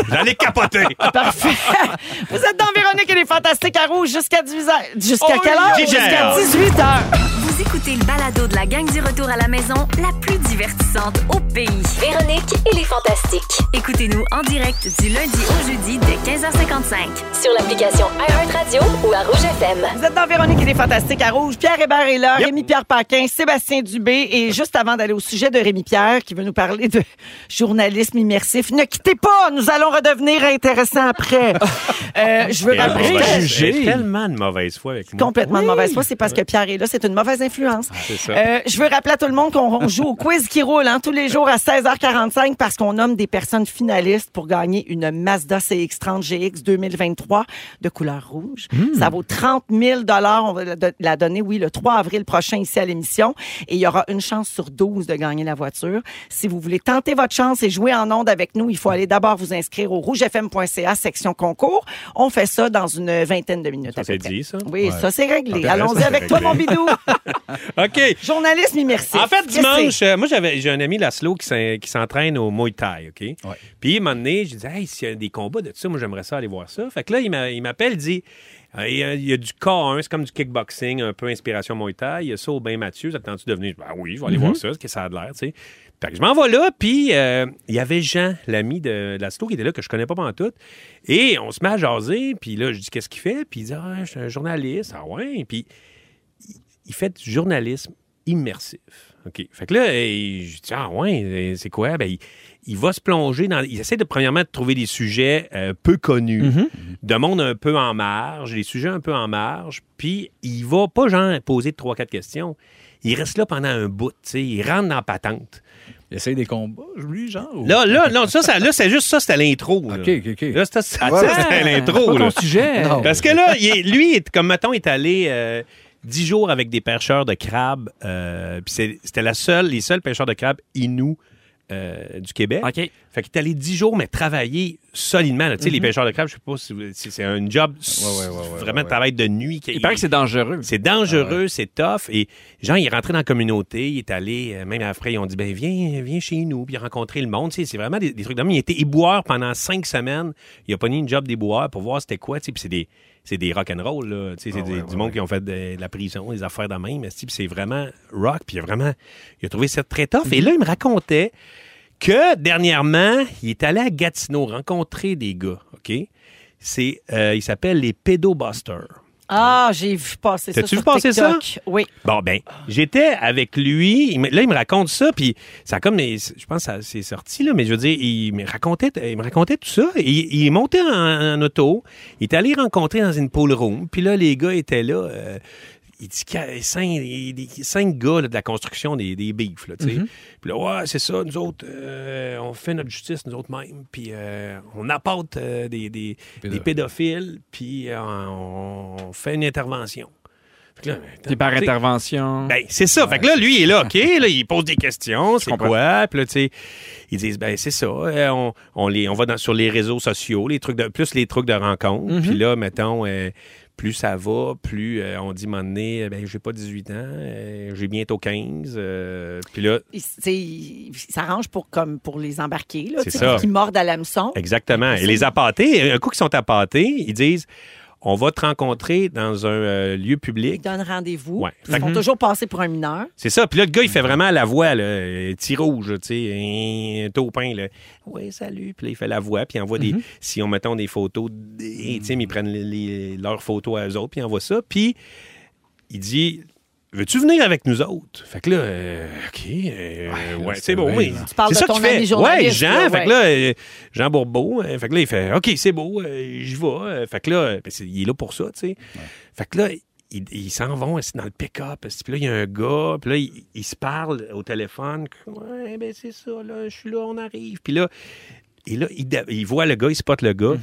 J'allais capoter.
Parfait. Vous êtes dans Véronique et les Fantastiques à Rouge jusqu'à 10 heures. Jusqu'à quelle heure?
DJ.
Jusqu'à 18 h
Vous écoutez le balado de la gang du retour à la maison, la plus divertissante au pays.
Véronique et les Fantastiques.
Écoutez-nous en direct du lundi au jeudi dès 15h55.
Sur l'application iHeartRadio ou à Rouge FM.
Vous êtes dans Véronique et les Fantastiques à Rouge. Pierre Hébert est là, Rémi-Pierre Paquin, Sébastien Dubé. Et juste avant d'aller au sujet de Rémi-Pierre, qui veut nous parler de journalisme immersif, ne quittez pas, nous allons redevenir intéressants après. Euh, je veux
Quelle
rappeler
mauvaise-
que...
Préjugé.
J'ai tellement de mauvaise foi avec moi.
Complètement de mauvaise foi, c'est parce que Pierre est là, c'est une mauvaise influence.
Ah, C'est ça.
Euh, je veux rappeler à tout le monde qu'on on joue au quiz qui roule hein, tous les jours à 16h45 parce qu'on nomme des personnes finalistes pour gagner une Mazda CX-30 GX 2023 de couleur rouge.
Hmm.
Ça vaut 30 000 On va la don- la donner, oui, le 3 avril prochain ici à l'émission. Et il y aura une chance sur 12 de gagner la voiture. Si vous voulez tenter votre chance et jouer en onde avec nous, il faut aller d'abord vous inscrire au rougefm.ca section concours. On fait ça dans une vingtaine de minutes.
Ça,
à peu
c'est
près.
dit, ça?
Oui, ça, c'est réglé.
Intéressant,
Allons-y
c'est
avec toi, mon
réglé.
bidou.
OK.
Journalisme immersif.
En fait,
Qu'est-ce que
dimanche, euh, moi, j'avais, j'ai un ami Laszlo qui, s'en- qui s'entraîne au Muay Thai, OK? Puis, un moment donné, j'ai dit, hey, s'il y a des combats de ça, moi, j'aimerais ça aller voir ça. Fait que là, il, m'a- il m'appelle, il dit, Ah, il y, a, il y a du K1, c'est comme du kickboxing, un peu inspiration Muay Thai. Il y a ça au Bain Mathieu, ça te tente-tu de venir? Je dis, Ben oui, je vais
Mm-hmm.
aller voir ça, ce que ça a de l'air, tu sais. Fait que je m'en vais là, puis euh, il y avait Jean, l'ami de Laszlo, qui était là, que je connais pas pantoute. Et on se met à jaser, puis là, je dis, qu'est-ce qu'il fait? Puis il dit, ah, je suis un journaliste, ah ouais. Puis il fait du journalisme immersif. OK. Fait que là, euh, je dis, ah ouais, euh, c'est quoi? Ben, il, il va se plonger dans. Il essaie de, premièrement, de trouver des sujets euh, peu connus,
Mm-hmm.
de monde un peu en marge, des sujets un peu en marge, puis il va pas, genre, poser trois, quatre questions. Il reste là pendant un bout, tu sais. Il rentre dans la patente.
Il essaye des combats, lui, genre. ou-
Là, là, non, ça, ça- là, c'est juste ça, c'était l'intro. là.
OK, OK, OK.
Là, c'était ça,
Ouais.
ça, c'était
Pas
l'intro, là.
ton sujet.
euh,
Non.
Parce que là, il est- lui, il est- comme mettons, il est allé euh, 10 jours avec des pêcheurs de crabes. euh, puis c'est- c'était la seule, les seuls pêcheurs de crabes inou euh, du Québec. Fait qu'il est allé 10 jours, mais travailler solidement. là. Tu sais, les
Mhm.
pêcheurs de crabe, je sais pas si, vous- si c'est un job vraiment de travail de nuit. Il
paraît que c'est dangereux.
C'est dangereux, c'est tough. Et Jean, il est rentré dans la communauté, il est allé, euh, même après, ils ont dit, ben viens, viens chez nous, puis il a rencontré le monde. Tu sais, C'est vraiment des, des trucs de même. Il était éboueur pendant cinq semaines. Il a pas mis une job d'éboueur pour voir c'était quoi. tu sais, Puis c'est des, c'est des rock'n'roll, là. Tu sais, c'est des- du monde qui ont fait de, de la prison, des affaires de même. mais tu sais, Puis c'est vraiment rock. Puis il a vraiment, il a trouvé ça très tough. Et là, il me racontait que dernièrement, il est allé à Gatineau rencontrer des gars, OK? C'est, euh, il s'appelle les Pédobusters.
Ah, j'ai vu passer ça.
T'as-tu vu
sur
passer
TikTok.
ça?
Oui.
Bon, ben, j'étais avec lui. Il me- Là, il me raconte ça, puis ça a comme. Je pense que ça- c'est sorti, là, mais je veux dire, il me racontait, il me racontait tout ça. Et Il, il est monté en, en auto. Il est allé rencontrer dans une pool room. Puis là, les gars étaient là. euh, il dit qu'il y a cinq, il- il- cinq gars là, de la construction des, des beefs, là, tu sais.
Mhm.
Puis là, ouais, c'est ça, nous autres, euh, on fait notre justice nous autres mêmes, puis euh, on apporte euh, des, des- des pédophiles, puis euh, on fait une intervention. Fait que là,
Puis par
tu sais,
intervention.
ben, c'est ça. fait que là, lui, il est là, OK, là, il pose des questions, c'est
comprends.
quoi? Puis là, tu sais, ils disent, ben, c'est ça. euh, on, on les, on va dans, sur les réseaux sociaux, les trucs de, plus les trucs de rencontre.
Mhm.
Puis là, mettons, euh, plus ça va, plus euh, on dit, un moment donné, euh, ben, j'ai pas 18 ans, euh, j'ai bientôt 15. euh, puis là,
Il s- t'sais, il- il s'arrange pour, comme, pour les embarquer, là,
C'est
t'sais,
ça.
qui mordent à l'hameçon.
Exactement. Et les appâtés, un coup qu'ils sont appâtés, ils disent on va te rencontrer dans un euh, lieu
Ils
public.
donnent rendez-vous.
Ouais.
Ils
Fait
font
que-
toujours passer pour un mineur.
C'est ça. Puis là, le gars, il fait vraiment la voix, là, euh, petit rouge, là, tu sais, un taupin, là. Oui, salut. Puis là, il fait la voix, puis il envoie
Mhm.
des. Si on mettons des photos d- intimes, ils prennent les- les- leurs photos à eux autres, puis ils envoient ça. Puis il dit Veux-tu venir avec nous autres Fait que là, euh, OK. euh, ouais, c'est bon,
bien,
oui.
là.
C'est
parles de
ça
ton
qu'il fait.
ami journaliste,
Ouais, Jean.
là,
Fait
ouais.
que là, euh, Jean Bourbeau. hein, fait que là, il fait OK, c'est beau, euh, j'y vais. Euh, Fait que là, euh, ben, c'est- il est là pour ça, tu sais. Fait que là, ils ils s'en vont euh, c'est dans le pick-up. c'est- Puis là, il y a un gars. Puis là, il, il se parle au téléphone. Ouais, ben c'est ça, là, je suis là, on arrive. Puis là, et là il, da- il voit le gars, il spot le gars.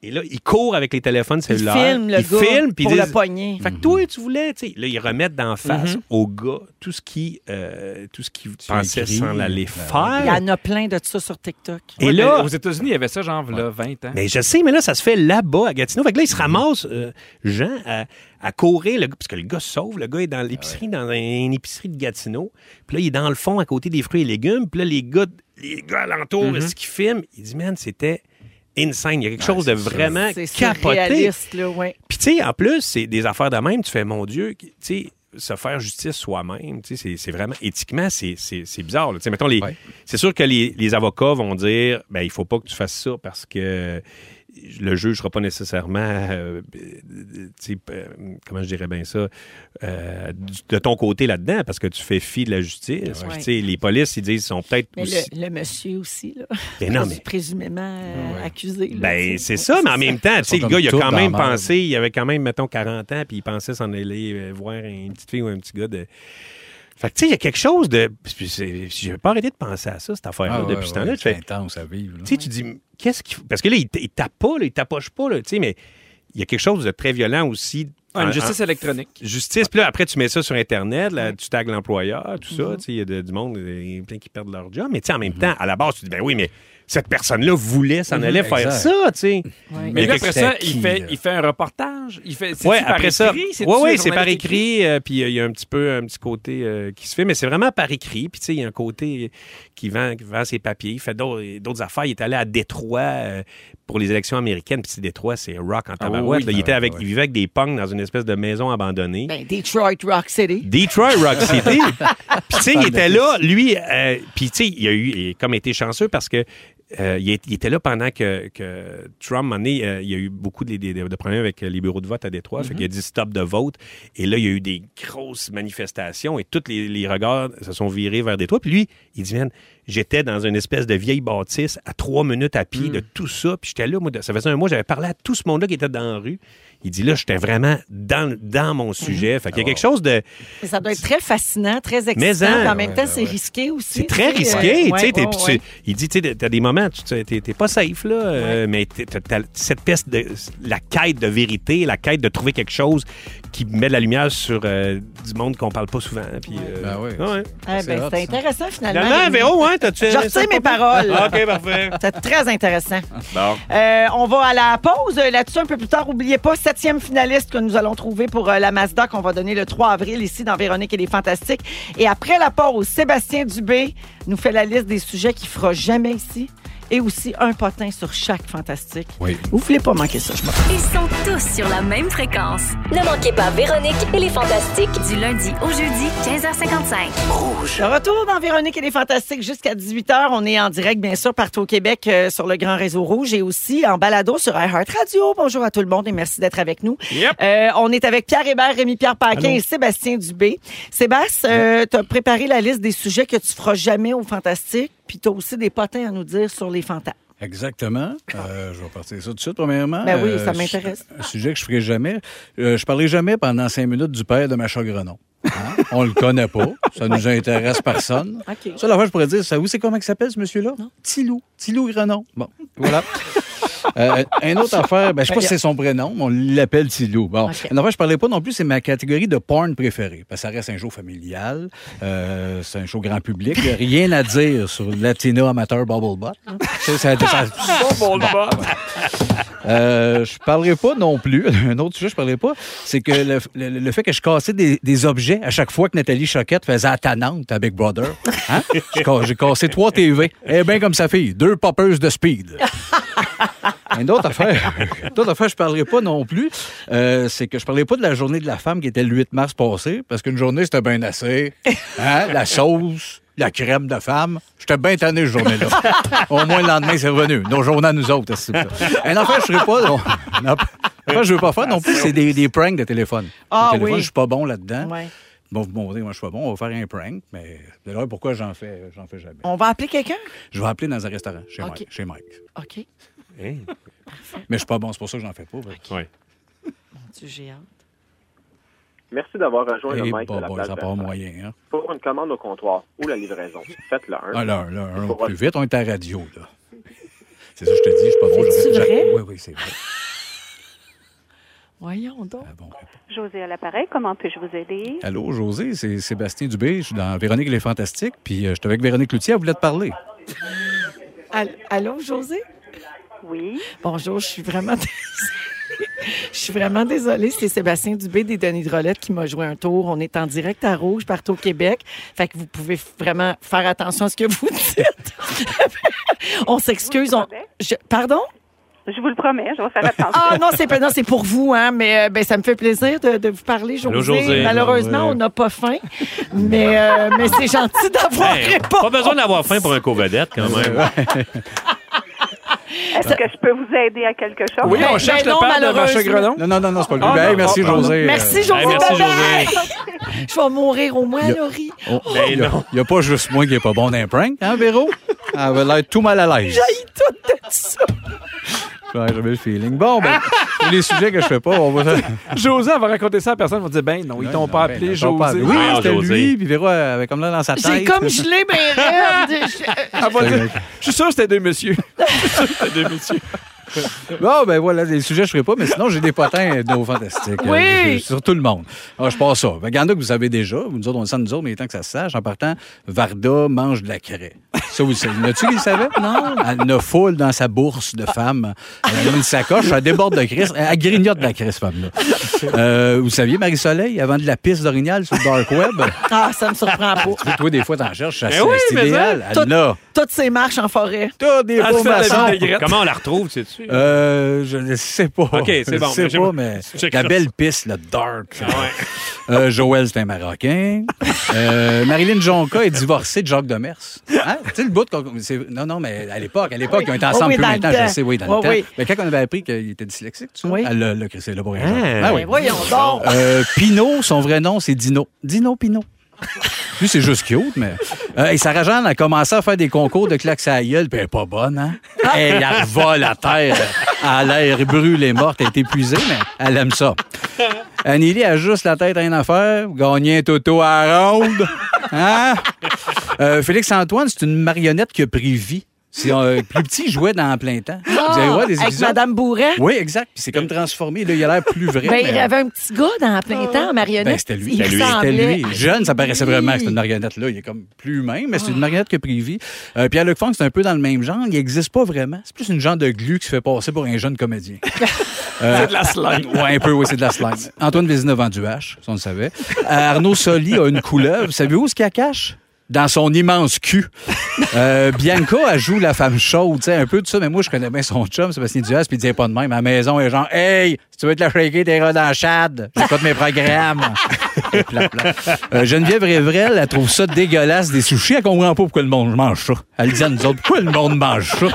Et là, il court avec les téléphones cellulaires.
filme le
il
gars
filme, puis
pour
il
le
dit-
pogner.
Fait que toi, tu voulais, tu sais. Là, ils remettent d'en face
Mhm.
au gars tout ce qui, euh, tout ce qui pensait
écris,
sans l'aller
ben
faire.
Il y en a ben, plein de ça sur TikTok.
Et
Ouais,
là-
mais Aux États-Unis, il y avait ça, genre, là, 20
Hein?
ans.
Mais je sais, mais là, ça se fait là-bas, à Gatineau. Fait que là, il se ramasse, euh, Jean, à, à courir, le, parce que le gars se sauve. Le gars est dans l'épicerie,
Ah
dans un- une épicerie de Gatineau. Puis là, il est dans le fond, à côté des fruits et légumes. Puis là, les gars, les gars alentour,
Mm-hmm.
Mhm.
ce qu'ils filment, il dit, man, c'était insane. Il y a quelque chose de vraiment
C'est
capoté.
surréaliste, là, ouais.
Puis, tu sais, en plus, c'est des affaires de même. Tu fais, mon Dieu, tu sais, se faire justice soi-même, tu sais, c'est- c'est vraiment éthiquement, c'est- c'est c'est bizarre. là. Tu sais, mettons, les, c'est sûr que les, les avocats vont dire, ben, il faut pas que tu fasses ça parce que le juge sera pas nécessairement, euh, euh, tu sais, euh, comment je dirais bien ça, euh, du- de ton côté là-dedans parce que tu fais fi de la justice.
Ouais.
Puis, tu sais, les polices, ils disent, ils sont peut-être
Mais
aussi-
le, le monsieur aussi, là.
Ben non, mais-
Présumément euh, accusé. là,
ben,
t'sais.
c'est ça, mais en même temps, tu sais,
Ils sont
le gars, il a
comme
quand
tous
même
dans la merde.
pensé, il avait quand même, mettons, 40 ans, puis il pensait s'en aller euh, voir une petite fille ou un petit gars de. Fait que, tu sais, il y a quelque chose de. puis c'est- J'ai pas arrêté de penser à ça, cette affaire-là,
Ah, ouais,
depuis ce temps-là.
ouais,
Tu fais-
c'est intense à vivre. là.
tu sais, tu dis, qu'est-ce qu'il faut- Parce que là, il, t- il tape pas, là, il tapoche pas, là, tu sais, mais il y a quelque chose de très violent aussi.
Ah, une
en-
justice
en-
électronique.
Justice, puis là, après, tu mets ça sur Internet, là, tu tags l'employeur, tout
Mhm.
ça, tu sais, il y a de- du monde, il y a plein qui perdent leur job, mais tu sais, en même temps, à la base, tu dis, ben oui, mais cette personne-là voulait s'en
Mhm.
aller faire
Exact.
ça, tu sais.
Mais
Il y
là,
a
après
quelque-
ça, il
C'était
fait,
qui, là?
il fait un reportage. Il fait, c'est-tu
Ouais,
par
après ça.
écrit?
Oui,
C'est-tu un
oui, c'est par
journaliste
écrit. euh, puis euh, il y a un petit peu un petit côté euh, qui se fait, mais c'est vraiment par écrit. Puis tu sais, il y a un côté qui vend, qui vend ses papiers. Il fait d'autres d'autres affaires. Il est allé à Détroit euh, pour les élections américaines. Puis tu sais, Détroit, c'est rock en tabarouette.
oui.
là. il,
Ah
était
ouais,
avec, il vivait avec des punks dans une espèce de maison abandonnée.
Ben, Detroit Rock City.
Detroit Rock City. Puis, tu sais, il était là, lui. euh, puis, tu sais, il a eu, il a comme été chanceux parce que. euh, il, est- il était là pendant que, que Trump, à un moment donné, euh, il y a eu beaucoup de, de- de problèmes avec les bureaux de vote à Détroit. Fait
Mhm.
qu'il a dit stop de vote. Et là, il y a eu des grosses manifestations et tous les, les regards se sont virés vers Détroit. Puis lui, il dit, man, j'étais dans une espèce de vieille bâtisse à trois minutes à pied de tout ça. Puis j'étais là, moi, de- ça faisait un mois, j'avais parlé à tout ce monde-là qui était dans la rue. Il dit, là, j'étais vraiment dans, dans mon sujet. Fait qu'il y a quelque chose de...
Mais ça doit être très fascinant, très excitant.
Mais, hein.
puis en même temps,
Ouais,
c'est risqué aussi.
C'est très
tu sais,
risqué.
euh,
tu sais,
ouais,
t'es-
ouais,
puis tu-
ouais.
Il dit, tu sais, t'as des moments vraiment, tu t'es- t'es t'es pas safe, là, euh, mais t'es- t'as- t'as cette pièce de la quête de vérité, la quête de trouver quelque chose qui met de la lumière sur euh, du monde qu'on parle pas souvent. Puis, euh, ouais.
Ah, ben,
hot,
c'est
ça.
intéressant finalement.
Finalement,
Rémi.
Véro, hein, t'as-tu-
Je retiens mes paroles.
Ah, OK, parfait.
C'est très intéressant.
Bon.
Euh, on va à la pause euh, là-dessus un peu plus tard. N'oubliez pas, septième finaliste que nous allons trouver pour euh, la Mazda qu'on va donner le 3 avril ici dans Véronique et les Fantastiques. Et après la pause, Sébastien Dubé nous fait la liste des sujets qu'il fera jamais ici et aussi un potin sur chaque Fantastique.
Oui.
Vous voulez pas manquer ça, je m'en
Ils sont tous sur la même fréquence.
Ne manquez pas Véronique et les Fantastiques.
Du lundi au jeudi, 15h55.
Le retour dans Véronique et les Fantastiques jusqu'à 18h. On est en direct, bien sûr, partout au Québec euh, sur le Grand Réseau Rouge et aussi en balado sur iHeart Radio. Bonjour à tout le monde et merci d'être avec nous. Euh, on est avec Pierre Hébert, Rémi-Pierre Paquin et Sébastien Dubé. Sébastien, euh, tu as préparé la liste des sujets que tu feras jamais aux Fantastiques, puis tu as aussi des potins à nous dire sur les fantasmes.
Exactement. Euh, je vais partir ça tout de suite, premièrement. Euh,
Ben oui, ça
je-
m'intéresse.
Un sujet que je ferai jamais. Euh, je parlerai jamais pendant cinq minutes du père de ma chagrenon. Hein? On le connaît pas. Ça nous intéresse personne.
OK.
Ça, la fois, je pourrais dire, ça, vous, c'est comment il s'appelle, ce monsieur-là? Tilou. Tilou Grenon. Bon, voilà. Euh, un autre affaire, ben, je sais pas si c'est son prénom, mais on l'appelle Tilou. Bon,
OK.
une affaire, je parlais pas non plus, c'est ma catégorie de porn préférée. Parce que ça reste un show familial, euh, c'est un show grand public. Il y a Rien à dire sur Latino Amateur Bubble Butt.
Ah.
Tu sais, ça- ça- euh, je parlerai pas non plus. Un autre sujet, je parlerai pas. C'est que le, le- le fait que je cassais des, des objets à chaque fois que Nathalie Choquette faisait attanante à Big Brother. Hein? Je ca- J'ai cassé trois TV. Eh bien, comme sa fille, deux poppers de speed. Une autre affaire, une autre affaire, je parlerai pas non plus. Euh, c'est que je parlerai pas de la journée de la femme qui était le 8 mars passé, parce qu'une journée, c'était bien assez. Hein? La sauce, la crème de femme. J'étais bien tanné, cette journée-là. Au moins, le lendemain, c'est revenu. Nos journées à nous autres. c'est ça. Un affaire, je ne pas. Non, Une affaire, que je veux pas faire non plus, c'est des, des pranks de téléphone.
Ah
Le téléphone,
oui.
je suis pas bon là-dedans.
Ouais.
Bon, vous montrez, moi, je suis pas bon. On va faire un prank, mais vous allez voir pourquoi j'en fais, j'en fais jamais.
On va appeler quelqu'un?
Je vais appeler dans un restaurant, chez
OK.
Mike. Chez Mike.
OK.
Mais je suis pas bon, c'est pour ça que j'en fais pas. parce que-
Mon Dieu, j'ai hâte.
Merci d'avoir rejoint
Eh,
le Mike
bon,
de la
bon,
place
ça
Verte.
part moyen. Hein?
Pour une commande au comptoir ou la livraison, faites le 1.
Ah, là, là, là,
Pour-
plus vite, on est à la radio, là. C'est ça que je te dis, je suis pas bon.
C'est-tu
j'aurais-
vrai?
Oui, oui, c'est vrai. Ah,
Voyons donc.
José à l'appareil, comment puis-je vous aider?
Allô, José, c'est Sébastien Dubé. Je suis dans Véronique les Fantastiques, puis euh, je suis avec Véronique Loutier. Elle voulait te parler.
Allô- Allô, José?
Oui.
Bonjour, je suis vraiment désolée. Je suis vraiment désolée, c'est Sébastien Dubé des Denis de Rolette qui m'a joué un tour. On est en direct à Rouge, partout au Québec. Fait que vous pouvez f- vraiment faire attention à ce que vous dites. on s'excuse. on- Je- Pardon?
Je vous le promets, je vais faire attention.
Ah non, c'est pas- non, c'est pour vous, hein, mais euh, ben, ça me fait plaisir de, de vous parler, José.
Allô, José.
Malheureusement,
Ouais.
on n'a pas faim, mais, euh, mais c'est gentil d'avoir
Hey,
répondu.
pas besoin d'avoir faim pour un co-vedette, quand même. Ah,
Est-ce que je peux vous aider à quelque chose?
Oui, on cherche
le Ben, non, père de malheureusement. Marcia Grenon.
Non, non, non, non c'est pas le
Ah,
but. Ben, hey,
non,
merci,
ah, pardon.
José.
Merci, José. bye-bye. Je vais mourir au moins,
Il y a-
Laurie.
Oh, il n'y a, pas juste moi qui est pas bon d'un prank, hein, Véro? Elle avait l'air tout mal à l'aise.
J'haïs tout de ça.
Ouais, J'avais le feeling. Bon, ben, tous les sujets que je fais pas, on va...
José, elle va raconter ça à personne. Elle va dire, ben non, ils t'ont pas
Ben,
appelé
ils sont
José.
pas- Oui, c'était lui, puis Véro elle avait comme là dans sa tête.
J'ai comme gelé mes rêves.
Ah, Elle va dire, je suis sûr que c'était deux messieurs. Je suis sûr que c'était deux messieurs.
Bon, ben voilà, les sujets, je ne ferai pas, mais sinon, j'ai des potins de nos fantastiques.
Oui!
Euh, sur tout le monde. Alors, je passe ça. Ben, Il y en a que vous avez déjà. Nous autres, on le sent, nous autres, mais il est temps que ça se sache. En partant, Varda mange de la craie. Ça, vous le savez. N'as-tu qui le savait? Non. Elle ne foule dans sa bourse de femme. Elle a une sacoche, elle déborde de crise. Elle grignote de la crise, femme-là. Euh, vous saviez, Marie-Soleil, avant de la piste d'orignal sur le dark web?
Ah, ça me surprend pas.
Tu vois, toi, des fois, t'en cherches.
Ben
C'est
oui,
c'est
mais
idéal.
hein,
ça-
Elle l'a.
Toutes ces marches en forêt.
T'as des
Ah, tu fais la
maçons.
vinaigrette. Comment on la retrouve, sais-tu?
Euh, je ne sais pas.
OK,
Je
c'est bon,
ne
mais
sais
j'ai-
pas, mais
tu checkeras
la
ça. Ah
belle piste, le dark. Euh, Joël, c'est un Marocain. Euh, Marilyn Jonca est divorcée de Jacques Demers. Hein? Tu sais, le bout qu'on- c'est- Non, non, mais à l'époque, à l'époque, ils ont été
Ah Oui.
ensemble
Oui,
plus
dans le
longtemps,
temps.
je sais, oui, dans
Oui,
le temps.
oui.
Mais quand on avait appris qu'il était dyslexique, tu vois, elle l'a- l'a crissé là pour rien. Ah
Ben voyons donc.
Euh, Pino, son vrai nom, c'est Dino. Dino Pino. Lui, c'est juste cute, mais. Euh, et Sarah Jeanne a commencé à faire des concours de claques à la gueule, puis elle est pas bonne, hein? Elle, elle vole à terre. Elle a l'air brûlée, morte, elle est épuisée, mais elle aime ça. Anneli a juste la tête à une affaire, gagner un toto à ronde. Hein? Euh, Félix-Antoine, c'est une marionnette qui a pris vie. C'est un plus petit, il jouait dans plein temps.
Ah,
Vous allez voir des
Ah! avec
épisodes.
Madame Bourret.
Oui, exact. Puis c'est comme transformé. Là, il a l'air plus vrai.
Ben,
mais- euh,
il y avait un petit gars dans plein temps, en marionnette.
Ben, c'était lui.
Il
C'était lui.
ressemblait
C'était
à-
lui. Jeune, ça paraissait
Oui.
vraiment que c'était une marionnette. Là, il est comme plus humain, mais
Ah.
c'est une marionnette que Privy. Euh, Pierre-Luc Funk, c'est un peu dans le même genre. Il n'existe pas vraiment. C'est plus une genre de glu qui se fait passer pour un jeune comédien. Euh,
C'est de la slime.
Ouais, un peu, oui, c'est de la slime. Antoine Vézina en du H, si on le savait. Euh, Arnaud Soli a une couleuvre. Savez-vous où ce qu'elle cache? Dans son immense cul. Euh, Bianca, elle joue la femme chaude, tu sais, un peu de ça, mais moi, je connais bien son chum, Sébastien Duas, puis il disait pas de même. À la maison, elle est genre, hey, si tu veux te la shaker, t'es dans la chad. J'écoute mes programmes. Et plat, plat. Euh, Geneviève Révrel, elle trouve ça dégueulasse, des sushis. Elle comprend pas pourquoi le monde mange ça. Elle dit à nous autres, pourquoi le monde mange ça?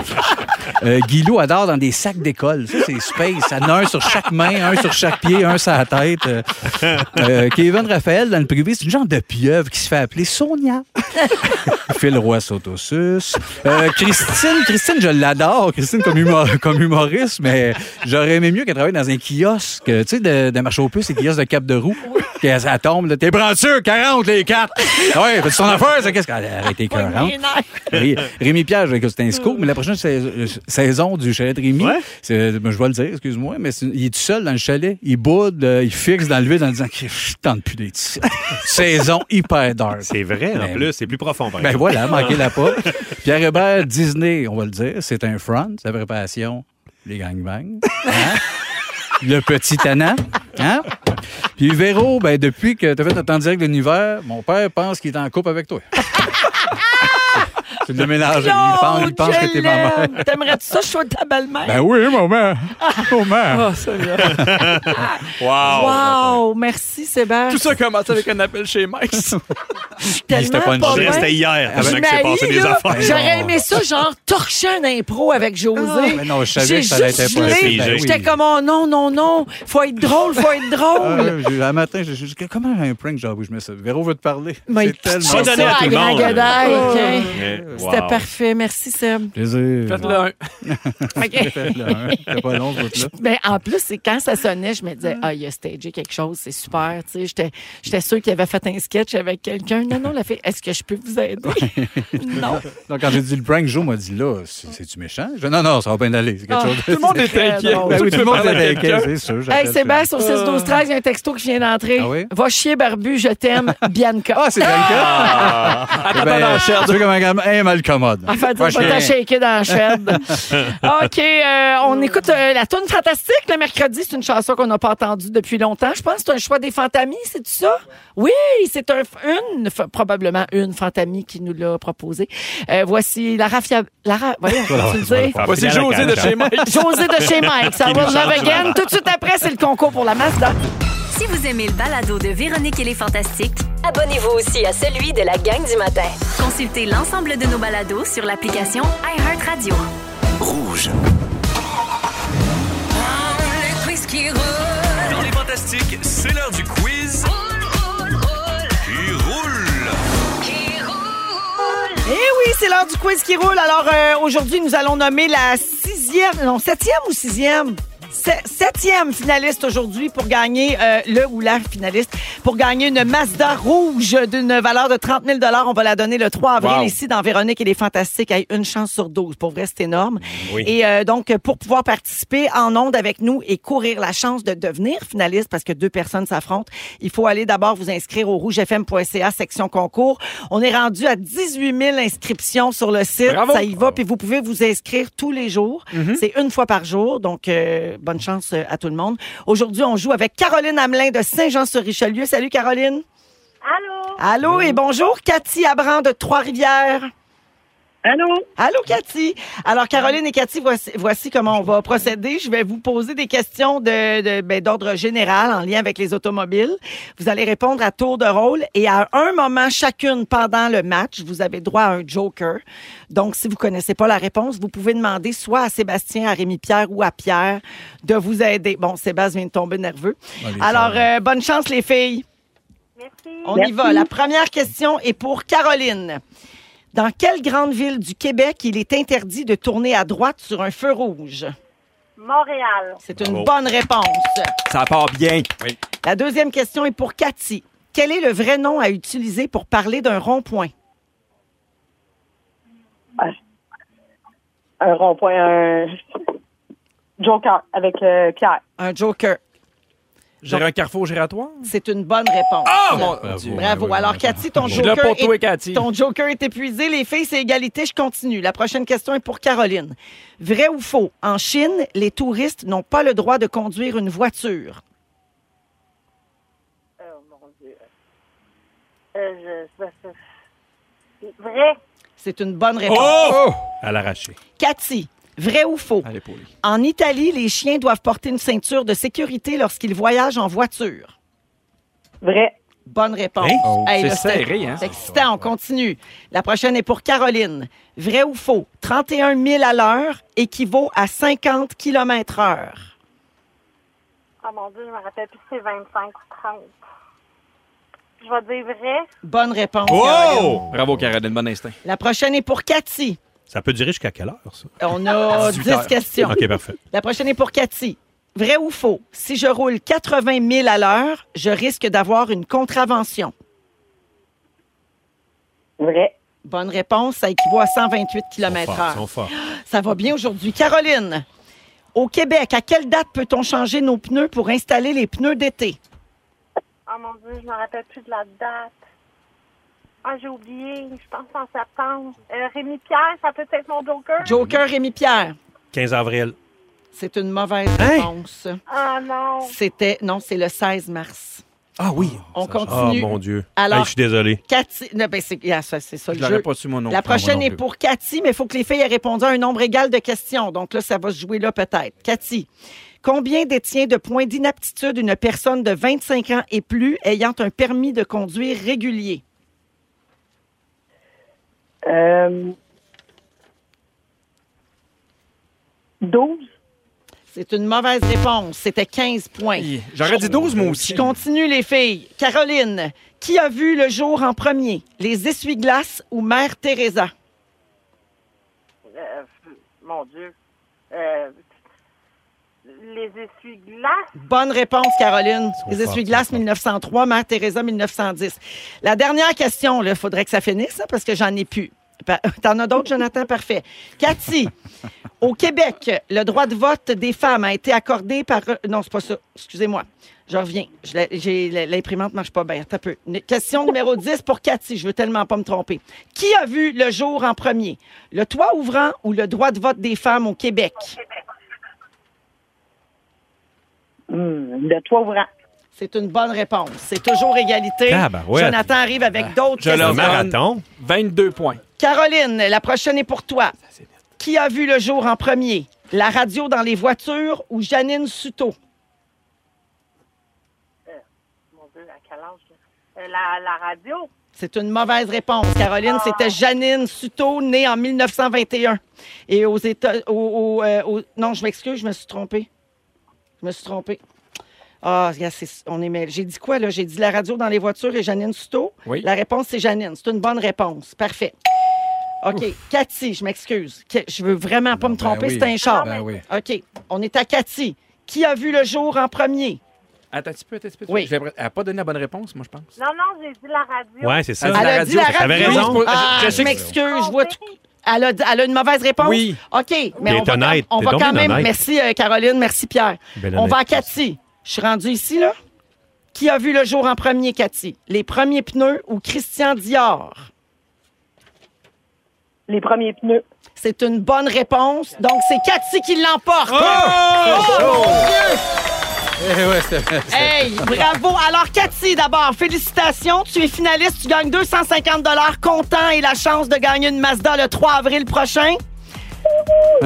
Euh, Guilou adore dans des sacs d'école. Ça, c'est space. Elle en a un sur chaque main, un sur chaque pied, un sur la tête. Euh, euh, Kevin Raphaël, dans le privé, c'est une genre de pieuvre qui se fait appeler Sonia. Phil Roy Sautosus. Euh, Christine, Christine, je l'adore, Christine, comme, humo- comme humoriste, mais j'aurais aimé mieux qu'elle travaille dans un kiosque, tu sais, de, de marché aux puces, les kiosques de Cap de Roue. Puis elle, elle tombe, là, t'es brancheux, 40 les 4. Ouais, fais son affaire, ça, qu'est-ce qu'elle arrête tes 40. Ré- Rémi Pierre, je vais écouter un scoop, mais la prochaine saison, euh, saison du chalet de Rémi, c'est- ben, je vais le dire, excuse-moi, mais c'est- il est tout seul dans le chalet, il boude, euh, il fixe dans le vide en disant que je tente plus d'être ici. saison hyper dark.
C'est vrai, en plus, c'est plus profond. Par
Ben
exemple.
voilà, manquez-la pas. Pierre Hébert, Disney, on va le dire, c'est un front, sa préparation, les gangbangs. Hein? le petit Tana. Hein? Puis Véro, ben depuis que t'as fait ton temps direct de l'univers, mon père pense qu'il est en couple avec toi. c'est le mélange. Il pense, il pense que t'es ma mère.
Claude, je l'aime. T'aimerais-tu ça que je sois ta belle-mère?
Ben oui, maman. Maman.
Oh, Seigneur.
Oh,
Wow!
Wow, merci Sébastien.
Tout ça commence avec un appel chez Mike.
Tellement
C'était pas une
pas
journée,
vrai.
c'était hier,
Ah, ben,
Je
avant que c'est passé
m'haïs,
des
là.
affaires.
J'aurais aimé ça, genre, torcher un impro avec José.
Ah, mais non, je savais
J'ai
que ça allait être
juste
impossible.
gelé.
Ben oui.
J'étais comme, oh non, non, non, faut être drôle, faut être drôle.
Euh, j'ai- un matin, j'ai j'ai dit, comment un prank, genre, où je mets ça? Véro veut te parler.
Mais
C'est tellement... Ah.
Pas donné à tout le monde.
Ouais.
C'était
Wow.
parfait, merci Seb.
Plaisir.
Faites-le un.
OK.
Faites-le un. C'était pas long, ce bout-là.
Ben, en plus, c'est quand ça sonnait, je me disais, ah, il a stagé quelque chose, c'est super. Tu sais, J'étais j'étais sûre qu'il avait fait un sketch avec quelqu'un. Non, non, la fille, est-ce que je peux vous aider? non.
Donc, quand j'ai dit le prank, Joe m'a dit là, c'est- c'est-tu méchant? Je dis, non, non, ça va bien aller. C'est quelque
Ah,
chose de-
tout le monde
c'est
est
très
inquiet.
drôle.
Ben
oui,
oui,
tout le monde est inquiet,
quelqu'un.
c'est sûr.
Hey,
j'appelle
Sébastien, au
ça.
6 12 13 il y a un texto qui vient d'entrer.
Ah oui?
Va chier, Barbu, je t'aime, Bianca.
Ah, c'est Bianca? Eh ben, Tu veux comme un gamin un malcommode.
Ah,
Enfin, tu
Pas
vas
cher.
te shaker dans la chaîne. OK, euh, on écoute euh, la toune fantastique le mercredi. C'est une chanson qu'on n'a pas entendue depuis longtemps. Je pense que c'est un choix des fantamis, c'est ça? Oui, c'est un, une, fa- probablement une fantamie qui nous l'a proposé. Euh, voici la rafia... La ra- voyons,
Voilà,
tu le
voilà,
dis?
voilà. Voici José de chez Mike.
José de chez Mike. Ça
Qui
va, love
nous chante sur la
again.
barre.
Tout de suite après, c'est le concours pour la Mazda.
Si vous aimez le balado de Véronique et les Fantastiques,
Abonnez-vous aussi à celui de la gang du matin.
consultez l'ensemble de nos balados sur l'application iHeartRadio.
Rouge.
Le quiz qui roule.
Dans les fantastiques, c'est l'heure du quiz. Qui roule.
Eh oui, c'est l'heure du quiz qui roule. Alors euh, aujourd'hui, nous allons nommer la sixième, non, septième ou sixième? Se- Septième finaliste aujourd'hui pour gagner euh, le ou la finaliste pour gagner une Mazda rouge d'une valeur de 30 000 On va la donner le 3 avril
Wow.
ici dans Véronique et les Fantastiques à une chance sur 12. Pour vrai, c'est énorme.
Oui.
Et euh, donc, pour pouvoir participer en ondes avec nous et courir la chance de devenir finaliste parce que deux personnes s'affrontent, il faut aller d'abord vous inscrire au rougefm.ca section concours. On est rendu à 18 000 inscriptions sur le site.
Bravo. Mm-hmm.
Ça y va. Puis vous pouvez vous inscrire tous les jours. C'est une fois par jour. Donc, euh, bonne chance euh, à tout le monde. Aujourd'hui, on joue avec Caroline Hamelin de Saint-Jean-sur-Richelieu. Salut, Caroline. Allô. Allô et bonjour. Cathy Abran de Trois-Rivières. Allô? Allô, Cathy. Alors, Caroline et Cathy, voici, voici comment on va procéder. Je vais vous poser des questions de, de- ben, d'ordre général en lien avec les automobiles. Vous allez répondre à tour de rôle et à un moment chacune pendant le match, vous avez droit à un joker. Donc, si vous connaissez pas la réponse, vous pouvez demander soit à Sébastien, à Rémi-Pierre ou à Pierre de vous aider. Bon, Sébastien vient de tomber nerveux.
Ouais, les
Alors, euh, bonne chance, les filles. On y
Merci.
va. La première question est pour Caroline. Dans quelle grande ville du Québec il est interdit de tourner à droite sur un feu rouge?
Montréal.
C'est une
Bravo.
bonne réponse.
Ça part bien. Oui.
La deuxième question est pour Cathy. Quel est le vrai nom à utiliser pour parler d'un rond-point?
un rond-point, un joker avec euh, Pierre.
Un joker.
J'ai un carrefour giratoire.
C'est une bonne réponse.
Ah, mon Dieu.
Bravo. Alors, Cathy, ton
Je suis là
joker,
pour toi,
est,
Cathy.
ton joker est épuisé. Les filles, c'est égalité. Je continue. La prochaine question est pour Caroline. Vrai ou faux? En Chine, les touristes n'ont pas le droit de conduire une voiture.
Euh, je- je- je- Vrai?
C'est une bonne réponse.
Oh!
À l'arraché.
Cathy, vrai ou faux?
Allez,
En Italie, les chiens doivent porter une ceinture de sécurité lorsqu'ils voyagent en voiture. Vrai. Bonne réponse.
Hein? Oh. C'est
là, c'était-
serré, hein?
c'est excitant, on continue. La prochaine est pour Caroline. Vrai ou faux? 31 000 à l'heure équivaut à 50 km heure.
Ah mon Dieu, je me rappelle plus si c'est 25 ou 30. Je vais dire vrai.
Bonne réponse, Caroline.
Oh! Bravo, Caroline. Bon instinct.
La prochaine est pour Cathy.
Ça peut durer jusqu'à quelle heure, ça?
On a 10
18 heures.
questions.
OK, parfait.
La prochaine est pour Cathy. Vrai ou faux? Si je roule 80 000 à l'heure, je risque d'avoir une contravention. Vrai. Bonne réponse. Ça équivaut à 128 km
Ils sont forts,
heure.
ils sont forts.
Ça va bien aujourd'hui. Caroline, au Québec, à quelle date peut-on changer nos pneus pour installer les pneus d'été?
Ah mon Dieu, je me rappelle plus de la date. Ah, j'ai oublié. Je pense en septembre. Euh, Rémi Pierre, ça peut être mon joker?
Joker Rémi-Pierre.
15 avril.
C'est une mauvaise réponse.
Ah non.
C'était, non, c'est le 16 mars.
Ah oui.
On
Ah,
continue.
mon Dieu.
Alors,
Hey, je suis désolé.
Cathy, non, ben, c'est ah, ça, c'est ça
Je
le
l'aurais
jeu.
pas su, moi non
La
plus. Ah, moi
prochaine
non
est
plus.
pour Cathy, mais il faut que les filles aient répondu à un nombre égal de questions. Donc là, ça va se jouer là peut-être. Cathy, combien détient de points d'inaptitude une personne de 25 ans et plus ayant un permis de conduire régulier?
Euh, 12.
C'est une mauvaise réponse. C'était 15 points.
J'aurais dit 12, moi aussi.
Je continue, les filles. Caroline, qui a vu le jour en premier? Les essuie-glaces ou Mère Teresa?
Euh, mon Dieu. Euh, les essuie-glaces.
Bonne réponse, Caroline. Les
forts,
essuie-glaces 1903, Mère Teresa 1910. La dernière question, il faudrait que ça finisse hein, parce que j'en ai plus. Pa- T'en as d'autres, Jonathan? Parfait. Cathy, au Québec, le droit de vote des femmes a été accordé par... Non, c'est pas ça. Excusez-moi. Je reviens. Je l'ai- j'ai- L'imprimante marche pas bien. Attends un peu. N- Question numéro 10 pour Cathy. Je veux tellement pas me tromper. Qui a vu le jour en premier? Le toit ouvrant ou le droit de vote des femmes au Québec?
Hmm, le toit ouvrant.
C'est une bonne réponse. C'est toujours égalité.
Tabarouette.
Jonathan arrive avec d'autres
Je
questions.
leur marathon. 22 points.
Caroline, la prochaine est pour toi. Qui a vu le jour en premier? La radio dans les voitures ou Janine Suto?
Euh, Mon Dieu, à quel âge? là? Euh, la, la radio. Ah.
C'est une mauvaise réponse, Caroline. C'était Janine Suto, née en 1921. Et aux États. au- au, euh, au- non, je m'excuse, je me suis trompée. Je me suis trompée. Ah, regarde, c'est- on est mêlés. J'ai dit quoi, là? J'ai dit la radio dans les voitures et Janine Suto.
Oui.
La réponse, c'est Janine. C'est une bonne réponse. Parfait. OK. Cathy, je m'excuse. Que- Je veux vraiment pas me tromper.
oui.
C'est un char.
Ben oui.
OK. On est à Cathy. Qui a vu le jour en premier?
Attends un petit peu, attends un petit peu.
Oui.
J'ai- Elle n'a pas donné la bonne réponse, moi, je pense.
Non, non, j'ai dit la radio.
Ouais, c'est ça.
Elle a
Elle
dit la radio.
T'avais raison.
Ah,
Je- je
je
sais que-
m'excuse, je vois tout. Elle a, dit- elle a une mauvaise réponse?
Oui.
OK, mais
T'es
on va,
honnête,
on
t'es
va
donc
quand
bien
même...
honnête.
Merci euh, Caroline, merci Pierre.
Ben
on
honnête,
va à Cathy. Je suis rendue ici, là. Qui a vu le jour en premier, Cathy? Les premiers pneus ou Christian Dior? Les premiers pneus. C'est une bonne réponse. Donc, c'est Cathy qui l'emporte. Oh, mon Dieu!
Eh ouais, c'était-
Hey, bravo. Alors, Cathy, d'abord, félicitations. Tu es finaliste. Tu gagnes 250 comptant et la chance de gagner une Mazda le 3 avril prochain.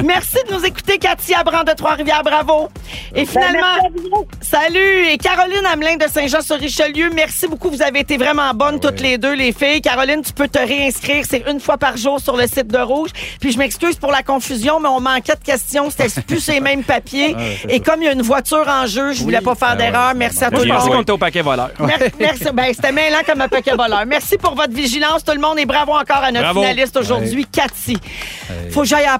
Merci de nous écouter, Cathy Abran de Trois-Rivières. Bravo. Et finalement, salut. Et Caroline Hamelin de Saint-Jean-sur-Richelieu, merci beaucoup. Vous avez été vraiment bonnes toutes les deux, les filles. Caroline, tu peux te réinscrire. C'est une fois par jour sur le site de Rouge. Puis je m'excuse pour la confusion, mais on manquait de questions. C'était plus les mêmes papiers.
Ah, c'est Ah
Et comme il y a une voiture en jeu, je voulais pas faire d'erreur. merci à tout
Moi,
le
je pensais qu'on
monde.
était au paquet voleur.
Mer- Merci. Ben, c'était mêlant comme un paquet voleur. Merci pour votre vigilance, tout le monde, et bravo encore à notre
Bravo.
finaliste aujourd'hui, Cathy. Faut que j'aille à la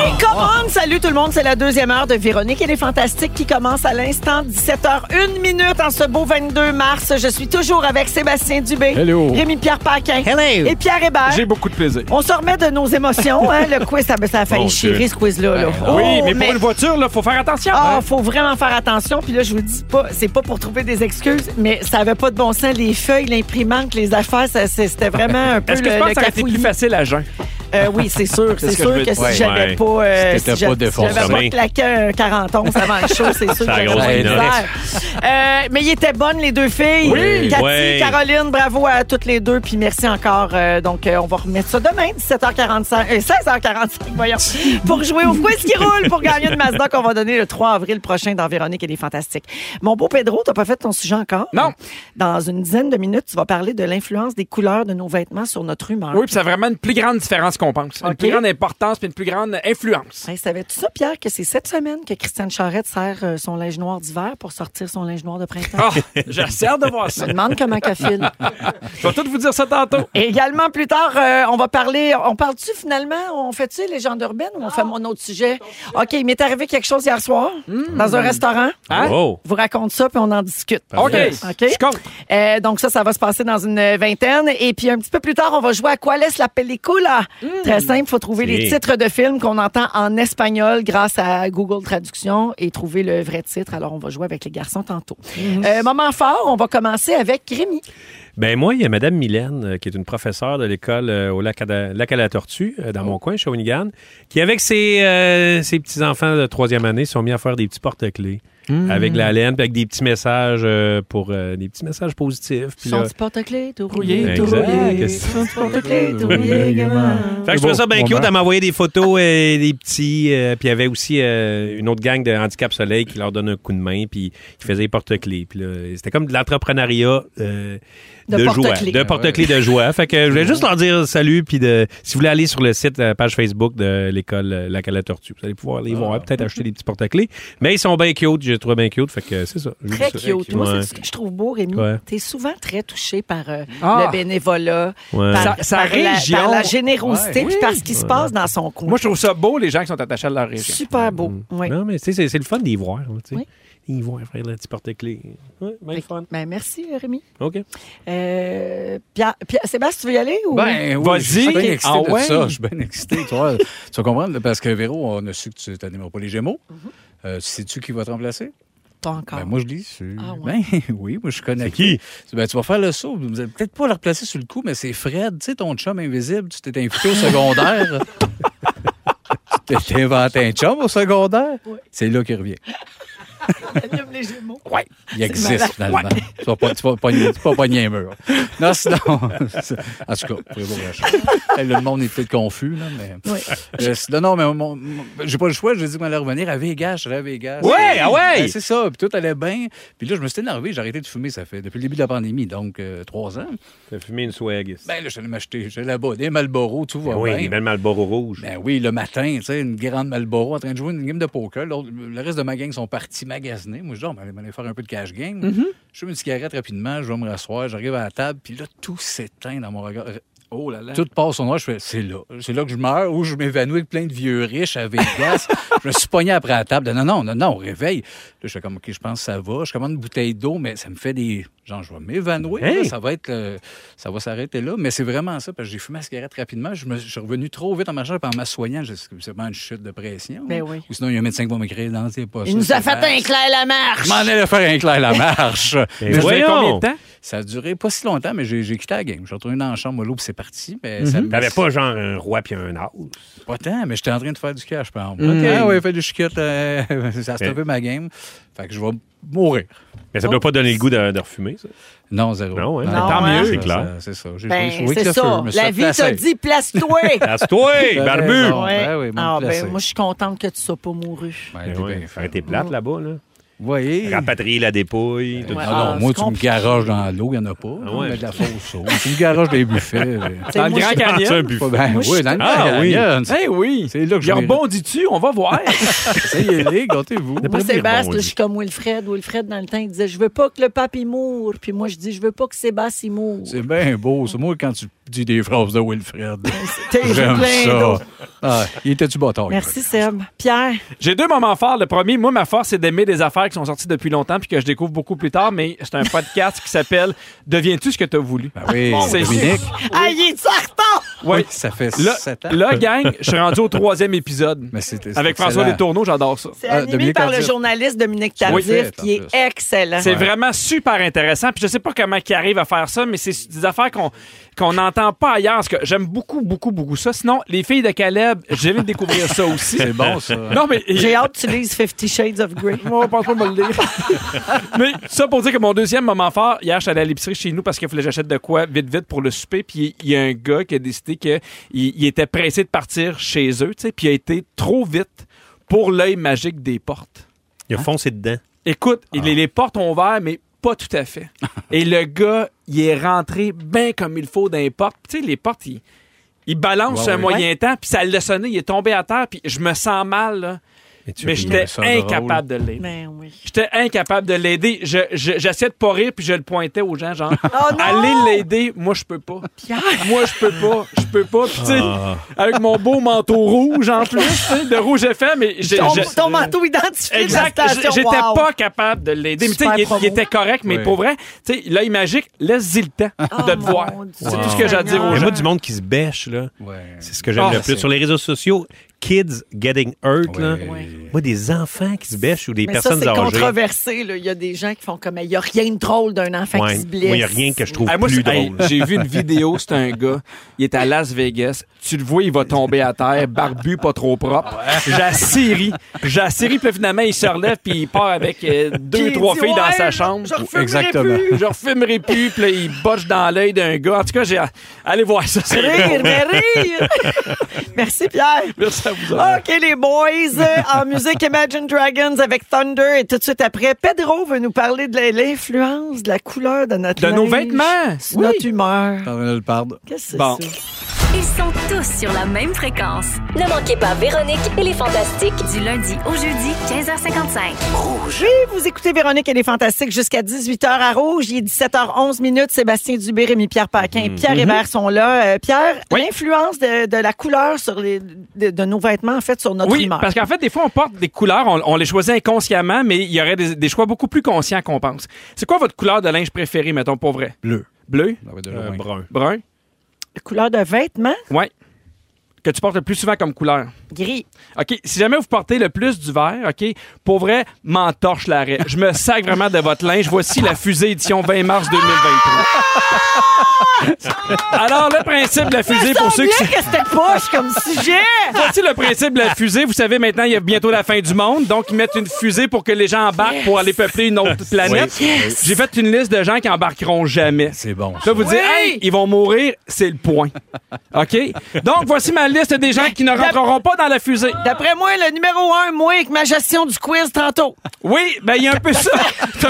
Et come on! Salut tout le monde, c'est la deuxième heure de Véronique et les Fantastiques qui commence à l'instant, 17h01 minute en ce beau 22 mars. Je suis toujours avec Sébastien Dubé,
Hello.
Rémi-Pierre Paquin et Pierre Hébert.
J'ai beaucoup de plaisir.
On se remet de nos émotions. hein. le quiz, ça, ça a failli
Mon Dieu.
chier ce quiz-là. là.
Ben, oui,
Oh,
mais pour une voiture, il faut faire attention.
Ah,
Hein?
faut vraiment faire attention. Puis là, je vous dis pas, c'est pas pour trouver des excuses, mais ça avait pas de bon sens. Les feuilles, l'imprimante, les affaires, ça, c'est- c'était vraiment un peu
Est-ce que
le,
je pense
le
que ça aurait été
cafouillis.
plus facile à jeun?
Euh, oui, c'est sûr.
C'est
C'est
ce que
sûr
je
que,
veux dire.
si j'avais
Ouais.
pas, euh,
C'était
si
pas
j'avais si
défoncé.
j'avais pas
Jamais.
claqué un 40 onces avant le show, c'est sûr
Ça
que
a
j'avais
grosse
pas de
minorité.
misère. Euh, Mais ils étaient bonnes, les deux filles.
Oui.
Cathy,
Ouais.
Caroline, bravo à toutes les deux. Puis merci encore. Euh, donc, euh, on va remettre ça demain, 17h45, euh, 16h45, voyons, pour jouer au quiz qui roule, pour gagner une Mazda qu'on va donner le 3 avril prochain dans Véronique et les Fantastiques. Mon beau Pedro, t'as pas fait ton sujet encore? Non. Dans une dizaine de minutes, tu vas parler de l'influence des couleurs de nos vêtements sur notre humeur.
Oui, puis ça a vraiment une plus grande différence qu'on pense. Une
Ah. Ok.
plus grande importance puis une plus grande influence.
Hey, savais-tu ça, Pierre, que c'est cette semaine que Christiane Charette serre euh, son linge noir d'hiver pour sortir son linge noir de printemps?
Ah, j'ai assez hâte de voir ça.
Je me demande comment qu'elle file.
Je vais tout vous dire ça tantôt.
Et également, plus tard, euh, on va parler. On parle-tu finalement? On fait-tu les gens urbaines ou on fait mon autre sujet? OK, il m'est arrivé quelque chose hier soir dans un restaurant.
Mmh. Hein? Wow.
Je vous raconte ça puis on en discute.
OK.
OK.
Je compte.
Euh, donc, ça, ça va se passer dans une vingtaine. Et puis, un petit peu plus tard, on va jouer à Quoi laisse la pellicula? Très simple, il faut trouver
Si.
les titres de films qu'on entend en espagnol grâce à Google Traduction et trouver le vrai titre. Alors, on va jouer avec les garçons tantôt. Euh, moment fort, on va commencer avec Rémi.
Ben moi, il y a Madame Mylène, euh, qui est une professeure de l'école euh, au lac à, la- lac à la Tortue, euh, dans mon coin, Shawinigan, qui, avec ses, euh, ses petits-enfants de troisième année, sont mis à faire des petits porte-clés
Mm.
avec la laine, puis avec des petits messages euh, pour euh, des petits messages positifs. Puis
Son
là-
petit porte-clés, tout
Ben,
rouillé, tout
exact.
rouillé.
Qu'est-ce que
Son petit porte-clés, tout rouillé, gamin.
Fait que je trouvais ça bien
Bon
cute.
moment.
Elle m'envoyait des photos euh, des petits. euh, puis il y avait aussi euh, une autre gang de Handicap Soleil qui leur donne un coup de main. Puis qui faisait des porte-clés. Puis là, c'était comme de l'entrepreneuriat euh,
De
de, joie.
porte-clés.
De porte-clés de joie. Fait que je voulais juste leur dire salut. Puis de, si vous voulez aller sur le site, la page Facebook de l'école euh, Lac à la Tortue, vous allez pouvoir aller voir. Peut-être acheter des petits porte-clés. Mais ils sont bien cute. J'ai trouvé bien cute. Fait que c'est ça. Je
Très
vous-
cute. Moi,
Ouais.
c'est ce que je trouve beau, Rémi.
Ouais.
T'es souvent très touché par euh,
Ah.
le bénévolat,
Ouais.
par,
Sa- sa
par la-
région.
par La, générosité,
Ouais.
puis
Oui.
par ce qui se
Ouais.
passe dans son coin.
Moi, je trouve ça beau, les gens qui sont attachés à leur région.
Super beau. Oui.
Hein?
Non, mais tu sais, c'est- c'est le fun d'y voir. hein, tu sais. Ils vont faire le petit porte-clés. Ouais, bien le fun.
Ben, merci, Rémi.
OK.
Euh, Pierre, Pierre- Sébastien, tu veux y aller? Ou...
Ben, oui, je suis bien excité
Ah
de
ouais?
ça. Je suis bien excité. tu vois. tu vas comprendre, parce que Véro, on a su que tu n'animeras pas les Gémeaux. Euh, Sais-tu qui va te remplacer?
Pas encore.
Ben, moi, je dis sûr.
Ah ouais.
Ben, oui, moi, je connais. qui? Ben, tu vas faire le saut. Vous allez peut-être pas le replacer sur le coup, mais c'est Fred, tu sais, ton chum invisible. Tu t'es invité au secondaire. tu t'es inventé un chum au secondaire. C'est là qu'il revient.
Allume les Gémeaux.
Oui, il
C'est
existe
malade.
finalement. Tu vas pas, tu vas pas, tu vas pas pogner un mur. Non, sinon. en tout cas, vous pouvez pas Le monde est peut-être confus, là, mais.
Oui.
Euh, sinon, non, mais mon- mon- j'ai pas le choix. J'ai dit qu'on allait revenir à Vegas. Je vais à Vegas.
Ouais, ah ouais!
Ben, c'est ça. Puis tout allait bien. Puis là, je me suis énervé. J'ai arrêté de fumer, ça fait depuis le début de la pandémie, donc euh, trois ans.
T'as fumé une swag.
Ben là, je suis allé m'acheter. J'allais là-bas. Des Malboro, tout va
Ben oui,
bien.
des belles Marlboro rouges.
Ben oui, le matin, tu sais, une grande Malboro en train de jouer une game de poker. L'autre- Le reste de ma gang sont partis magasiner. Moi, je dis, Ah, ben, on va aller- on va aller faire un peu de cash game. Je fume une cigarette rapidement, je vais me rasseoir, j'arrive à la table, puis là, tout s'éteint dans mon regard.
Oh là là.
Tout passe au noir, je fais, c'est là. C'est là que je meurs ou je m'évanouis avec plein de vieux riches à Vegas. je me suis pogné après la table. de, Non, non, non, non, on réveille. Là, je fais comme, OK, je pense que ça va. Je commande une bouteille d'eau, mais ça me fait des. Genre, je vais m'évanouir.
Hey!
là, Ça va être. euh, ça va s'arrêter là. Mais c'est vraiment ça, parce que j'ai fumé ma cigarette rapidement. Je, me, je suis revenu trop vite en marchant, puis en m'assoignant, j'ai c'est vraiment une chute de pression.
Ben oui.
Ou sinon, il y a un médecin qui va m'écrire, non, c'est pas ça,
Il nous a
c'est
fait
mal.
un clair la marche.
Je m'en allais faire un clair la marche.
Mais voyons!
Oh!
Ça a duré pas si longtemps, mais j'ai j'ai quitté la game. J'ai retourné dans la chambre, l'eau, puis c'est parti. Mais ça me-
Mhm. T'avais pas genre un roi puis un as.
Pas tant, mais j'étais en train de faire du cash, par exemple.
Mhm.
Ah oui, fait du chiquette. euh, ça a stoppé ma game. Fait que je vais mourir.
Mais ça doit pas donner le goût de, de refumer, ça.
Non, zéro.
Non, hein?
Non,
Mais tant
ouais.
mieux.
Ça,
C'est clair.
ça, c'est ça. J'ai-
Ben,
j'ai joué avec
c'est
le feu,
ça.
je me suis
La
fait
vie t'a
placer.
dit, place-toi.
Place-toi, barbu.
Ouais.
Ben oui, moi,
Ah, ben,
placé.
Eh
moi, je suis contente que tu sois pas mouru.
Ben,
Ben ouais, T'es plate là-bas, là.
voyez.
Rapatrier la dépouille. tout
Non,
Ah,
ça.
Ah, non, moi, tu me garages dans l'eau, il n'y en a pas. On met de la fausse sauce. Tu me garages des buffets.
Dans le Grand Canyon?
un buffet. Ben
Moi, je
oui,
suis-
dans le
Ah,
Grand
oui.
Canyon.
Eh oui.
C'est là que je
Il rebondit-tu? On va voir.
Essayez-les, gâtez-vous.
Moi, Sébastien, là, je suis comme Wilfred. Wilfred, dans le temps, il disait Je veux pas que le pape il moure. Puis moi, je dis Je veux pas que Sébastien il moure.
C'est bien beau. C'est moi quand tu dis des phrases de Wilfred.
T'es
J'aime
plein d'eau.
ça. Ah, il était-tu bâtard?
Merci, Seb. Pierre.
J'ai deux moments forts. Le premier, moi, ma force, c'est d'aimer des affaires qui sont sorties depuis longtemps puis que je découvre beaucoup plus tard, mais c'est un podcast qui s'appelle Deviens-tu ce que t'as voulu?
Ben oui,
c'est
Dominique.
Ah, il est sortant!
Ouais.
Oui, ça fait
Là,
sept ans.
là, gang, je suis rendu au troisième épisode. Avec
excellent.
François Letourneau, j'adore ça.
C'est animé par le journaliste Dominique Tardif,
Oui.
qui est excellent.
C'est vraiment super intéressant. Puis je sais pas comment ils arrivent à faire ça, mais c'est des affaires qu'on qu'on n'entend pas ailleurs. Parce que j'aime beaucoup, beaucoup, beaucoup ça. Sinon, les filles de Caleb, j'ai envie de découvrir ça aussi.
C'est bon, ça.
Non, mais
J'ai hâte que tu lises Fifty Shades of Grey.
Moi, je pense pas me le lire. mais ça pour dire que mon deuxième moment fort, hier, je suis allé à l'épicerie chez nous parce qu'il fallait que j'achète de quoi vite, vite pour le souper. Puis il y a un gars qui a décidé qu'il il était pressé de partir chez eux, tu sais, puis il a été trop vite pour l'œil magique des portes.
Il a foncé dedans.
Écoute, il-
Ah.
les, portes ont ouvert, mais pas tout à fait. Et le gars, il est rentré bien comme il faut dans les portes. Tu sais, les portes, il, il balance
Ouais,
un
ouais.
moyen temps, puis ça l'a sonné, il est tombé à terre, puis je me sens mal, là.
tu
Mais
ris,
j'étais
mais ça, drôle.
incapable de l'aider.
Mais Ben oui.
J'étais incapable de l'aider. Je- je- J'essayais de pas rire, puis je le pointais aux gens, genre,
Oh non!
allez l'aider, moi je peux pas. Moi je peux pas, je peux pas. Puis, tu sais,
Ah.
avec mon beau manteau rouge en plus, tu sais, de rouge FM, mais j'ai-
Ton,
j'ai-
ton manteau identifié
Exact.
de la station.
J'étais
Wow.
pas capable de l'aider. Mais tu sais,
Super
il, il
promo.
était correct, mais
Oui.
pour vrai, tu sais, l'œil magique, laisse-y le temps
Oh
de te voir. C'est tout ce que j'ai à dire
Ah. Il y
aux
a
gens.
pas du monde qui se bêche, là. C'est ce que j'aime
Ah,
le plus.
c'est-
Sur les réseaux sociaux, kids getting hurt, là. Moi, des enfants qui se bêchent ou des
Mais ça,
personnes
c'est
âgées.
controversé. là. Il y a des gens qui font comme... Il n'y a rien de drôle d'un enfant
Ouais.
qui se blesse.
Moi, il y a rien que je trouve
Hey, moi,
plus
c'est- hey,
drôle.
J'ai vu une vidéo, c'est un gars, il est à Las Vegas, tu le vois, il va tomber à terre, barbu, pas trop propre. J'assiris, j'assiris, puis finalement, il se relève, puis il part avec euh,
Puis
deux,
il
trois
dit,
filles dans
Ouais,
sa chambre.
je refumerai Exactement. plus.
Je refumerai plus, puis là, il botche dans l'œil d'un gars. En tout cas, j'ai. Allez voir ça. c'est
Rire,
drôle.
mais rire! Merci, Pierre.
Merci à vous autres.
OK, les boys, euh, en musique Imagine Dragons avec Thunder. Et tout de suite après, Pedro veut nous parler de la- l'influence, de la couleur de notre
De nos
linge
vêtements.
sur notre humeur.
le parle.
Qu'est-ce que
Bon.
c'est ça?
Ils sont tous sur la même fréquence. Ne manquez pas Véronique et les Fantastiques du lundi au jeudi 15h55.
Rouge. Vous écoutez Véronique, elle est fantastique jusqu'à 18h à Rouge. Il est 17h11 minutes. Sébastien Dubé, Rémi Pierre Paquin
Mm-hmm.
et Pierre Hébert sont là. Euh, Pierre, l'influence de, de la couleur sur les, de, de nos vêtements, en fait, sur notre
Oui,
humeur.
parce qu'en fait, des fois, on porte des couleurs, on, on les choisit inconsciemment, mais il y aurait des, des choix beaucoup plus conscients qu'on pense. C'est quoi votre couleur de linge préférée, mettons, pour vrai?
Bleu.
Bleu?
Ah
Euh, brun.
Brun?
La couleur de vêtements,
Ouais. Que tu portes le plus souvent comme couleur.
gris.
OK, si jamais vous portez le plus du vert, OK, pour vrai, m'entorche l'arrêt. Je me sac vraiment de votre linge. Voici la fusée édition 20 mars 2023. Alors, le principe de la fusée, pour ceux qui...
Semblait que c'était poche comme sujet!
Voici le principe de la fusée. Vous savez, maintenant, il y a bientôt la fin du monde. Donc, ils mettent une fusée pour que les gens embarquent pour aller peupler une autre planète.
Oui. Yes.
J'ai fait une liste de gens qui embarqueront jamais. C'est
bon.
Là, vous
Oui.
dites, hey, ils vont mourir, c'est le point. OK? Donc, voici ma liste des
Ben,
gens qui ne rentreront pas dans la fusée.
D'après moi, le numéro un, moi, avec ma gestion du quiz tantôt.
Oui, ben, il y a un peu ça.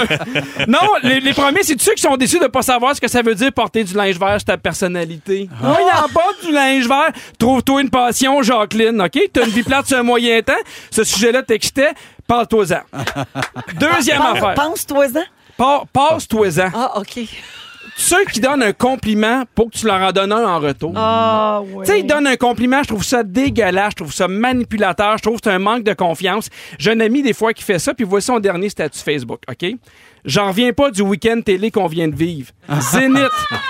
non, les, les premiers, c'est ceux qui sont déçus de ne pas savoir ce que ça veut dire porter du linge vert sur ta personnalité.
Ah.
Oh, il en porte du linge vert. Trouve-toi une passion, Jacqueline, OK? T'as une vie plate sur un moyen temps. Ce sujet-là t'excitait. Parle-toi-en. Deuxième
Pense-
affaire.
Pense-toi-en.
Pa- Passe-toi-en.
Ah, OK.
Ceux qui donnent un compliment pour que tu leur en donnes un en retour.
Ah, oui.
Tu sais, il donne un compliment, je trouve ça dégueulasse, je trouve ça manipulateur, je trouve que c'est un manque de confiance. J'ai un ami des fois qui fait ça, puis voici son dernier statut Facebook, OK? J'en reviens pas du week-end télé qu'on vient de vivre. Zénith,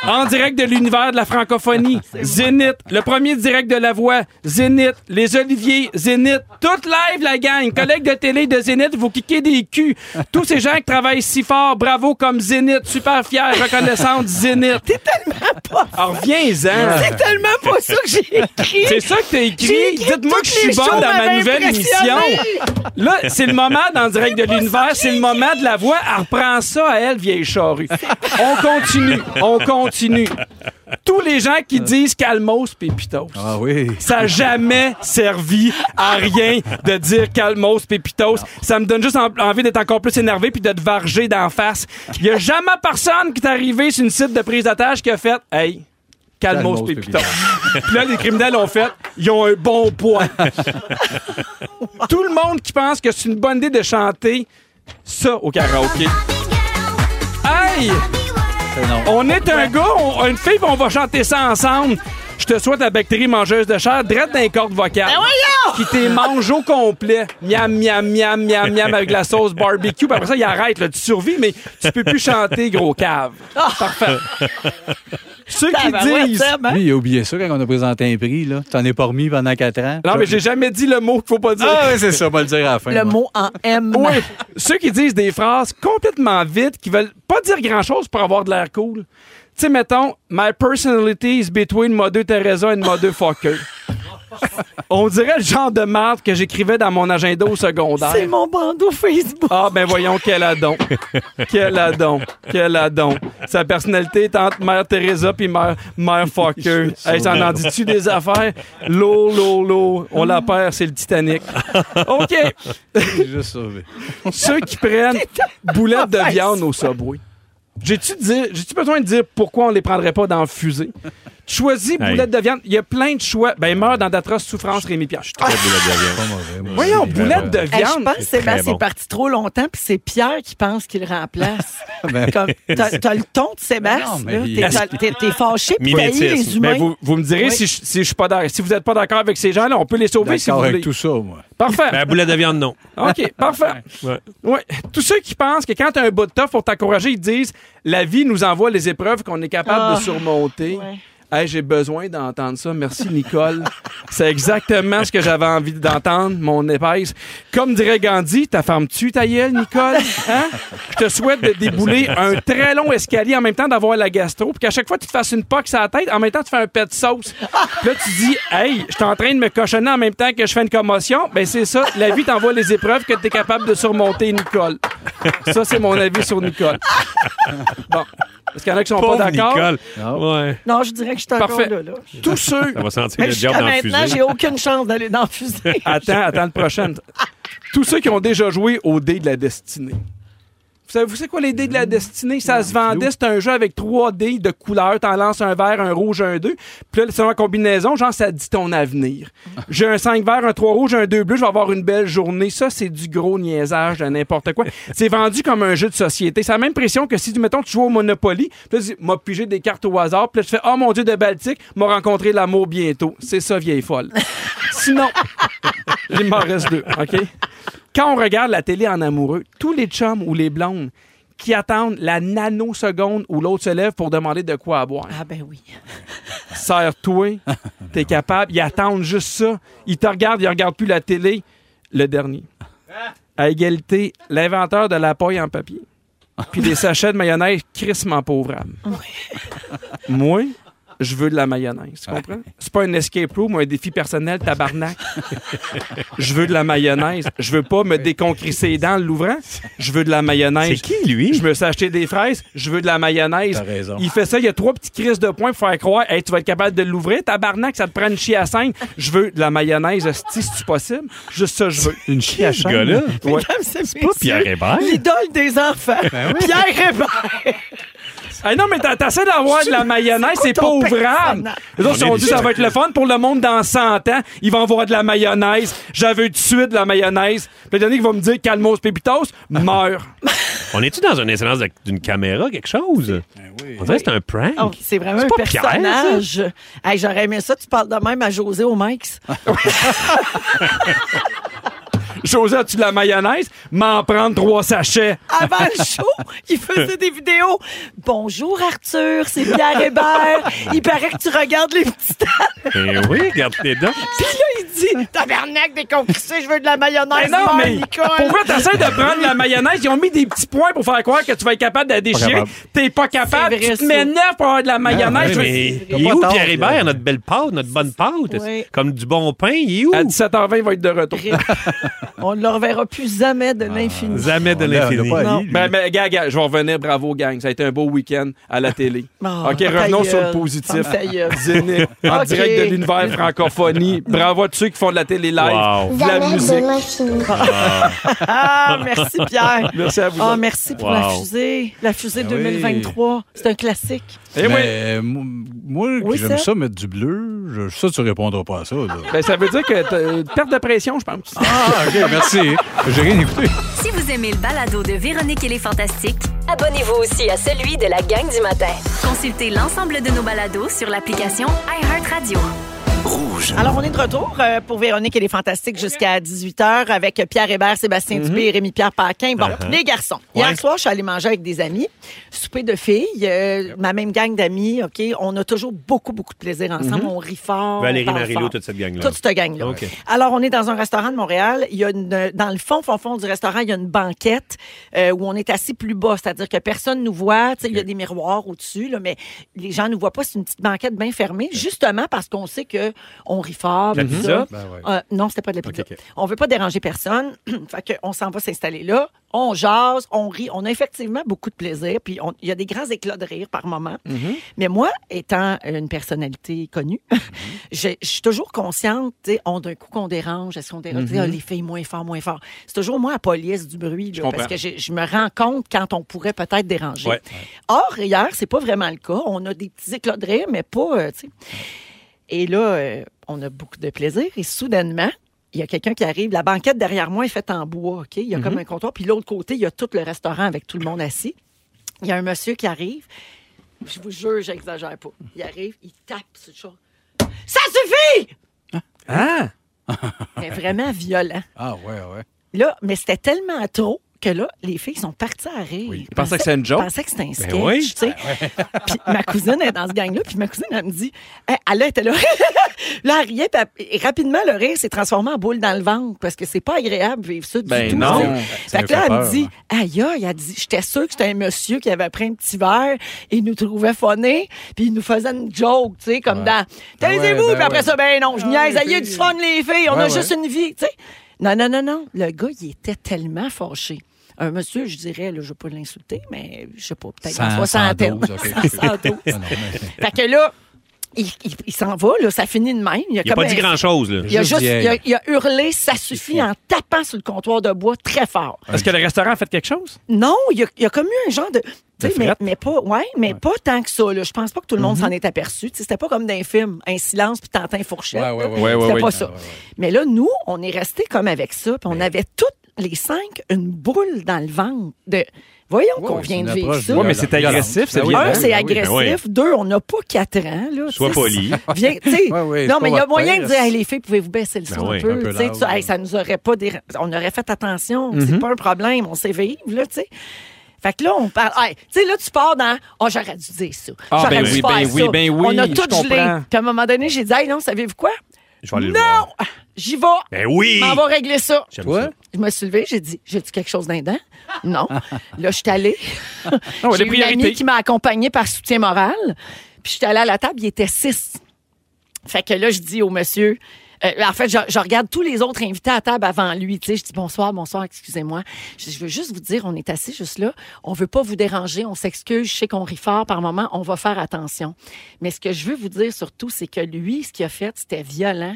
en direct de l'univers de la francophonie. Zénith, le premier direct de la voix. Zénith, les Oliviers, Zénith, toute live la gang. Collègues de télé de Zénith, vous kickez des culs. Tous ces gens qui travaillent si fort, bravo comme Zénith, super fiers, reconnaissante Zénith. T'es tellement pas. Reviens-en.
C'est tellement pas ça que j'ai écrit.
C'est ça que t'as écrit.
J'ai écrit
Dites-moi que je
toutes
suis
les
bonne
choses
dans ma
m'avaient
nouvelle émission.
impressionné.
Là, c'est le moment dans Direct de l'Univers, c'est le moment de la voix. Elle reprend ça à elle, vieille charrue. On continue, on continue. tous les gens
Euh.
qui disent Calmos Pépitos.
Ah oui.
Ça n'a jamais servi à rien de dire Calmos Pépitos. Ça me donne juste en- envie d'être encore plus énervé puis de te varger d'en face. Il n'y a jamais personne qui est arrivé sur une site de prise d'attache qui a fait Hey, Calmos
Calmos
Pépitos. Puis là, les criminels ont fait Ils ont un bon poids. Tout le monde qui pense que c'est une bonne idée de chanter ça au karaoké. Hey! On est un gars, on- une fille, puis on va chanter ça ensemble. Je te souhaite la bactérie mangeuse de chair, drette d'un cordes
Ben
vocales. Qui t'es mange au complet. Miam, miam, miam, miam, miam, avec la sauce barbecue. Puis après ça, il arrête, là, tu survis, mais tu peux plus chanter, gros cave. Parfait. Ceux qui
Ah! Tabarouette,
disent.
Seb, hein? Lui, il a oublié ça quand on a présenté un prix. Là. T'en es pas remis pendant quatre ans.
Non, mais j'ai jamais dit le mot qu'il faut pas dire.
Ah oui, c'est ça, on va le dire à la fin.
Le
moi.
mot
en M.
Oui. Ceux qui disent des phrases complètement vides, qui veulent pas dire grand-chose pour avoir de l'air cool. Tu sais, mettons, My personality is between Mother Teresa and Mother Fucker. On dirait le genre de marde que j'écrivais dans mon agenda au secondaire.
C'est mon bandeau Facebook.
Ah, ben voyons, quel adon. quel adon. Quel adon. Sa personnalité est entre Mère Teresa puis Mère, Mère Fucker. Hey, ça en, en dit-tu des affaires? L'eau, l'eau, l'eau. On la perd, c'est le Titanic. OK.
J'ai juste sauvé.
Ceux qui prennent boulettes de viande au Subway. J'ai-tu dire- j'ai-tu besoin de dire pourquoi on les prendrait pas dans le fusée? Tu choisis
Hey.
boulettes de viande. Il y a plein de choix. Ben, meurt dans d'atroces souffrances, Rémi Pierre.
Ah, ben,
Voyons, boulettes de
Hey, je
viande.
pense que Sébastien
bon.
est parti trop longtemps, puis c'est Pierre qui pense qu'il remplace.
Ben-
Comme, t'as, t'as le ton de Sébastien.
Mais non, mais-
là. T'es, t'es- t'es fâché, puis t'as eu les
Mimétisme.
humains.
Mais vous, vous me direz
Oui.
si, je, si je suis pas d'accord. Si vous n'êtes pas d'accord avec ces gens-là, on peut les sauver si vous
D'accord
voulez.
avec tout
ça, moi.
Parfait.
Ben, boulet de viande, non.
OK, parfait.
Ouais.
Ouais. Tous ceux qui pensent que quand tu as un bout de taf pour t'encourager, ils disent la vie nous envoie les épreuves qu'on est capable
Ah.
de surmonter. Hey, j'ai besoin d'entendre ça. Merci, Nicole. C'est exactement ce que j'avais envie d'entendre, mon épaisse. Comme dirait Gandhi, ta femme tue ta gueule, Nicole. Hein? Je te souhaite de débouler un très long escalier en même temps d'avoir la gastro, puis qu'à chaque fois, tu te fasses une poque à la tête, en même temps, tu fais un pet de sauce. Puis là, tu dis, hey, je suis en train de me cochonner en même temps que je fais une commotion. Ben, c'est ça. La vie t'envoie les épreuves que tu es capable de surmonter, Nicole. Ça, c'est mon avis sur Nicole. Bon. Parce qu'il y en a qui sont
Pauvre
pas d'accord.
Nicole. Ouais.
Non, je dirais que je suis encore
Parfait.
là. là.
Tous ceux.
Ça va sentir
Mais
le
jusqu'à
diable dans le
maintenant,
fusée.
j'ai aucune chance d'aller dans le fusée.
Attends, attends le prochain. Tous ceux qui ont déjà joué au dé de la destinée. Vous savez, vous savez quoi les dés de la destinée? Ça se vendait, c'est un jeu avec trois dés de couleurs. T'en lances un vert, un rouge, un deux. Puis là, selon la combinaison, genre, ça dit ton avenir. J'ai un 5 vert, un 3 rouge, un 2 bleu, je vais avoir une belle journée. Ça, c'est du gros niaisage de n'importe quoi. C'est vendu comme un jeu de société. C'est la même pression que si, mettons, tu joues au Monopoly, puis là, tu dis, m'a pigé des cartes au hasard, puis là, tu fais, oh mon Dieu, de Baltique, m'a rencontré l'amour bientôt. C'est ça, vieille folle. Sinon, il m'en reste deux, OK? Quand on regarde la télé en amoureux, tous les chums ou les blondes qui attendent la nanoseconde où l'autre se lève pour demander de quoi à boire.
Ah ben oui.
Serre-toi, t'es capable. Ils attendent juste ça. Ils te regardent, ils regardent plus la télé. Le dernier. À égalité, l'inventeur de la paille en papier. Puis des sachets de mayonnaise crissement pauvrables. Moi, je veux de la mayonnaise. Tu comprends? C'est pas un escape room ou un défi personnel, tabarnak. Je veux de la mayonnaise. Je veux pas me déconcrisser les dents en l'ouvrant. Je veux de la mayonnaise. C'est qui,
Hum.
lui? Je me suis acheté des fraises. Je veux de la mayonnaise.
T'as raison.
Il fait ça. Il y a trois petits crises de points pour faire croire. Hey, tu vas être capable de l'ouvrir. Tabarnak, ça te prend une chiassine. Je veux de la mayonnaise. Si c'est possible, juste ça, je veux.
Une chiassine?
à
gars-là?
Ouais.
C'est
pas Pierre Hébert.
L'idole des enfants.
Ben oui.
Pierre Hébert.
Hey, Ah non, mais t'as- t'essaies d'avoir de la mayonnaise, c'est pas
ton
ouvrable. Les autres se
On
sont
est
dit,
des
ça va être le fun pour le monde dans 100 ans. Ils vont avoir de la mayonnaise. J'avais eu de suite de la mayonnaise. Puis Le dernier qui va me dire, calmos pépitos, meurt.
On est-tu dans une incidence de- d'une caméra, quelque chose?
Ben
On dirait que c'est un prank.
Oh, c'est vraiment
C'est
un
pas Pierre, ça?
personnage. Hey, J'aurais aimé ça, tu parles de même à José au Mike's.
José, as-tu de la mayonnaise? M'en prendre trois sachets.
Avant le show, il faisait des vidéos. Bonjour Arthur, c'est Pierre Hébert. Il paraît que tu regardes les petits
Eh Ben oui, regarde tes dents.
Puis là, il dit Tabarnak des conquistés, je veux de la mayonnaise.
Mais Ben non,
beurre,
mais
Nicole.
pour vrai, t'essaies de prendre la mayonnaise. Ils ont mis des petits points pour faire croire que tu vas être capable de la déchirer.
capable.
T'es pas capable.
vrai,
Tu te
ça.
m'énerves pour avoir de la mayonnaise.
Ah,
Je-
oui, mais il est où Pierre Hébert, notre belle pâte, notre bonne pâte?
Oui.
Comme du bon pain, il est où? À
17h20, il va être de retour.
On ne le reverra plus jamais
Ah.
de l'infini.
Jamais de
On l'a-
l'infini.
on l'a pas
Non.
eu, lui. Ben, ben, gars, gars, je vais revenir. Bravo, gang. Ça a été un beau week-end à la télé.
Oh,
Ah, OK,
ta
revenons
gueule.
sur le positif.
Ferme ta gueule.
Zénith, en
OK.
direct de l'univers francophonie. Bravo à tous ceux qui font de la télé live.
Wow.
de La musique.
l'infini.
Ah, merci Pierre.
Merci à vous
Ah,
autres.
merci pour
Wow.
la fusée. La fusée
Ben oui.
2023. C'est un classique.
Eh
Mais, euh, moi, moi,
Oui,
j'aime
Seb?
ça. mettre du bleu. Je, ça, tu répondras pas à ça. là.
Ben, ça veut dire que t'as une perte de pression, je pense.
Ah, OK, merci. J'ai rien écouté.
Si vous aimez le balado de Véronique et les Fantastiques, abonnez-vous aussi à celui de la gang du matin.
Consultez l'ensemble de nos balados sur l'application iHeartRadio.
Rouge. Alors, on est de retour euh, pour Véronique et les Fantastiques jusqu'à 18h avec Pierre Hébert, Sébastien
Mhm.
Dubé et Rémi-Pierre Paquin. Bon,
Uh-huh.
les garçons, hier
Ouais.
soir, je suis allée manger avec des amis, souper de filles, euh, ma même gang d'amis, OK? On a toujours beaucoup, beaucoup de plaisir ensemble.
Mhm.
On rit fort.
Valérie
on parle
Marilou,
fort.
toute cette gang-là.
Toute cette gang-là.
OK.
Alors, on est dans un restaurant de Montréal. Il y a une, euh, dans le fond, fond, fond du restaurant, il y a une banquette euh, où on est assis plus bas, c'est-à-dire que personne nous voit. Tu sais, Il y a des miroirs au-dessus, là, mais les gens nous voient pas. C'est une petite banquette bien fermée, justement parce qu'on sait que on rit fort.
La
tout
pizza?
ça.
Ben ouais.
Euh, non, c'était pas de la pizza.
OK, OK.
On veut pas déranger personne. fait qu'on s'en va s'installer là. On jase, on rit. On a effectivement beaucoup de plaisir. Puis on- il y a des grands éclats de rire par moment. Mais moi, étant une personnalité connue, j'ai- je suis toujours consciente, tu sais, on- d'un coup qu'on dérange, est-ce qu'on dérange, Tu sais,
Mhm.
Ah, les filles moins fort, moins fort. C'est toujours moi la police du bruit, là,
Je
parce
comprends.
que j'ai- je me rends compte quand on pourrait peut-être déranger.
Ouais.
Or, hier, c'est pas vraiment le cas. On a des petits éclats de rire, mais pas, euh, tu sais. Et là, euh, on a beaucoup de plaisir. Et soudainement, il y a quelqu'un qui arrive. La banquette derrière moi est faite en bois, OK? Il y a comme
Mhm.
un comptoir. Puis l'autre côté, il y a tout le restaurant avec tout le monde assis. Il y a un monsieur qui arrive. Je vous jure, j'exagère pas. Il arrive, il tape sur le char. Ça suffit!
Hein?
Mais vraiment violent.
Ah, ouais, ouais.
Là, mais c'était tellement trop que là, les filles sont parties à rire.
Ils pensaient que c'était une joke.
Ils pensaient que c'était un sketch,
Ben oui.
tu sais. Puis ma cousine est dans ce gang-là, puis ma cousine, elle me dit, Hey, elle était là, là, elle riait, puis elle- et rapidement, le rire s'est transformé en boule dans le ventre, parce que c'est pas agréable vivre ça du
Ben
tout.
non.
tu sais.
Ça
Fait
me
que là,
fait
elle me
peur, hein.
dit, aïe, aïe, elle dit, j'étais sûre que c'était un monsieur qui avait pris un petit verre, et il nous trouvait funny, puis il nous faisait une joke, tu sais, comme dans,
Ben ouais,
taisez-vous,
ben
puis après
ouais.
ça, ben non, je
Ah,
niaise,
les
aïe, du
filles.
fun, les filles, on
Ouais,
a
ouais.
juste une vie, tu sais. Non, non, non, non. Le gars, il était tellement fâché. Un monsieur, je dirais, là, je ne veux pas l'insulter, mais je sais pas, peut-être
Cent-
dans soixantaine.
112, ok.
112.
Ah,
Fait que là, il, il- il s'en va, là, ça finit de même. Il a,
Il a
comme
pas dit
un-
grand-chose, là.
Il a
Juste
juste
dit,
il a,
hey.
il a hurlé, ça suffit, en tapant sur le comptoir de bois très fort.
Est-ce que le restaurant a fait quelque chose?
Non, il y a, il y a comme eu un genre de. tu sais, mais,
frette.
mais pas ouais, mais pas tant que ça. là. Je pense pas que tout le monde s'en est aperçu. Tu sais, C'était pas comme d'un film, un silence, puis t'entends une fourchette.
Ouais, ouais,
là.
ouais, ouais,
C'était
ouais,
pas
ouais.
ça.
Ouais, ouais,
Mais là, nous, on est restés comme avec ça, puis on avait toutes les cinq une boule dans le ventre de. Voyons qu'on
ouais,
vient
c'est
de
une
vivre
approche
ça.
violente. Ouais, mais c'est agressif, c'est violent.
hein?
Un, c'est
Ben oui, ben
agressif.
oui.
Deux, on n'a pas quatre ans. Là, tu
Sois
sais,
poli.
c'est- Viens, tu sais,
Ouais, ouais,
non,
c'est
mais il y
pas
a
votre
moyen de
place.
dire, hey, les filles, pouvez-vous baisser le
Ben
son
oui,
un peu?
un peu
tu sais,
loud,
tu- hey, ça nous aurait pas. déra- On aurait fait attention. C'est
Mhm.
pas un problème. On sait vivre, là, tu sais. Fait que là, on parle. hey, tu sais, là, tu pars dans. Ah, j'aurais dû dire ça.
Ah,
j'aurais
ben
dû
oui,
faire
ben
ça.
oui, ben oui,
On a
je
tout gelé.
comprends.
Puis à un moment donné, j'ai dit, hey, non, savez-vous quoi?
Je vais aller le
non!
voir.
J'y vais.
Ben oui!
On va régler ça.
J'aime Toi? ça.
Je me suis levée, j'ai dit, j'ai-tu quelque chose d'un dent? Non. là, je suis allée.
Non,
j'ai
les
eu une amie
priorités.
qui m'a accompagnée par soutien moral. Puis je suis allée à la table, il était six. Fait que là, je dis au monsieur. euh, en fait, je, je regarde tous les autres invités à table avant lui. Tu sais, je dis bonsoir, bonsoir, excusez-moi. Je, dis, je veux juste vous dire, on est assis juste là. On veut pas vous déranger. On s'excuse. Je sais qu'on rit fort par moment. On va faire attention. Mais ce que je veux vous dire surtout, c'est que lui, ce qu'il a fait, c'était violent.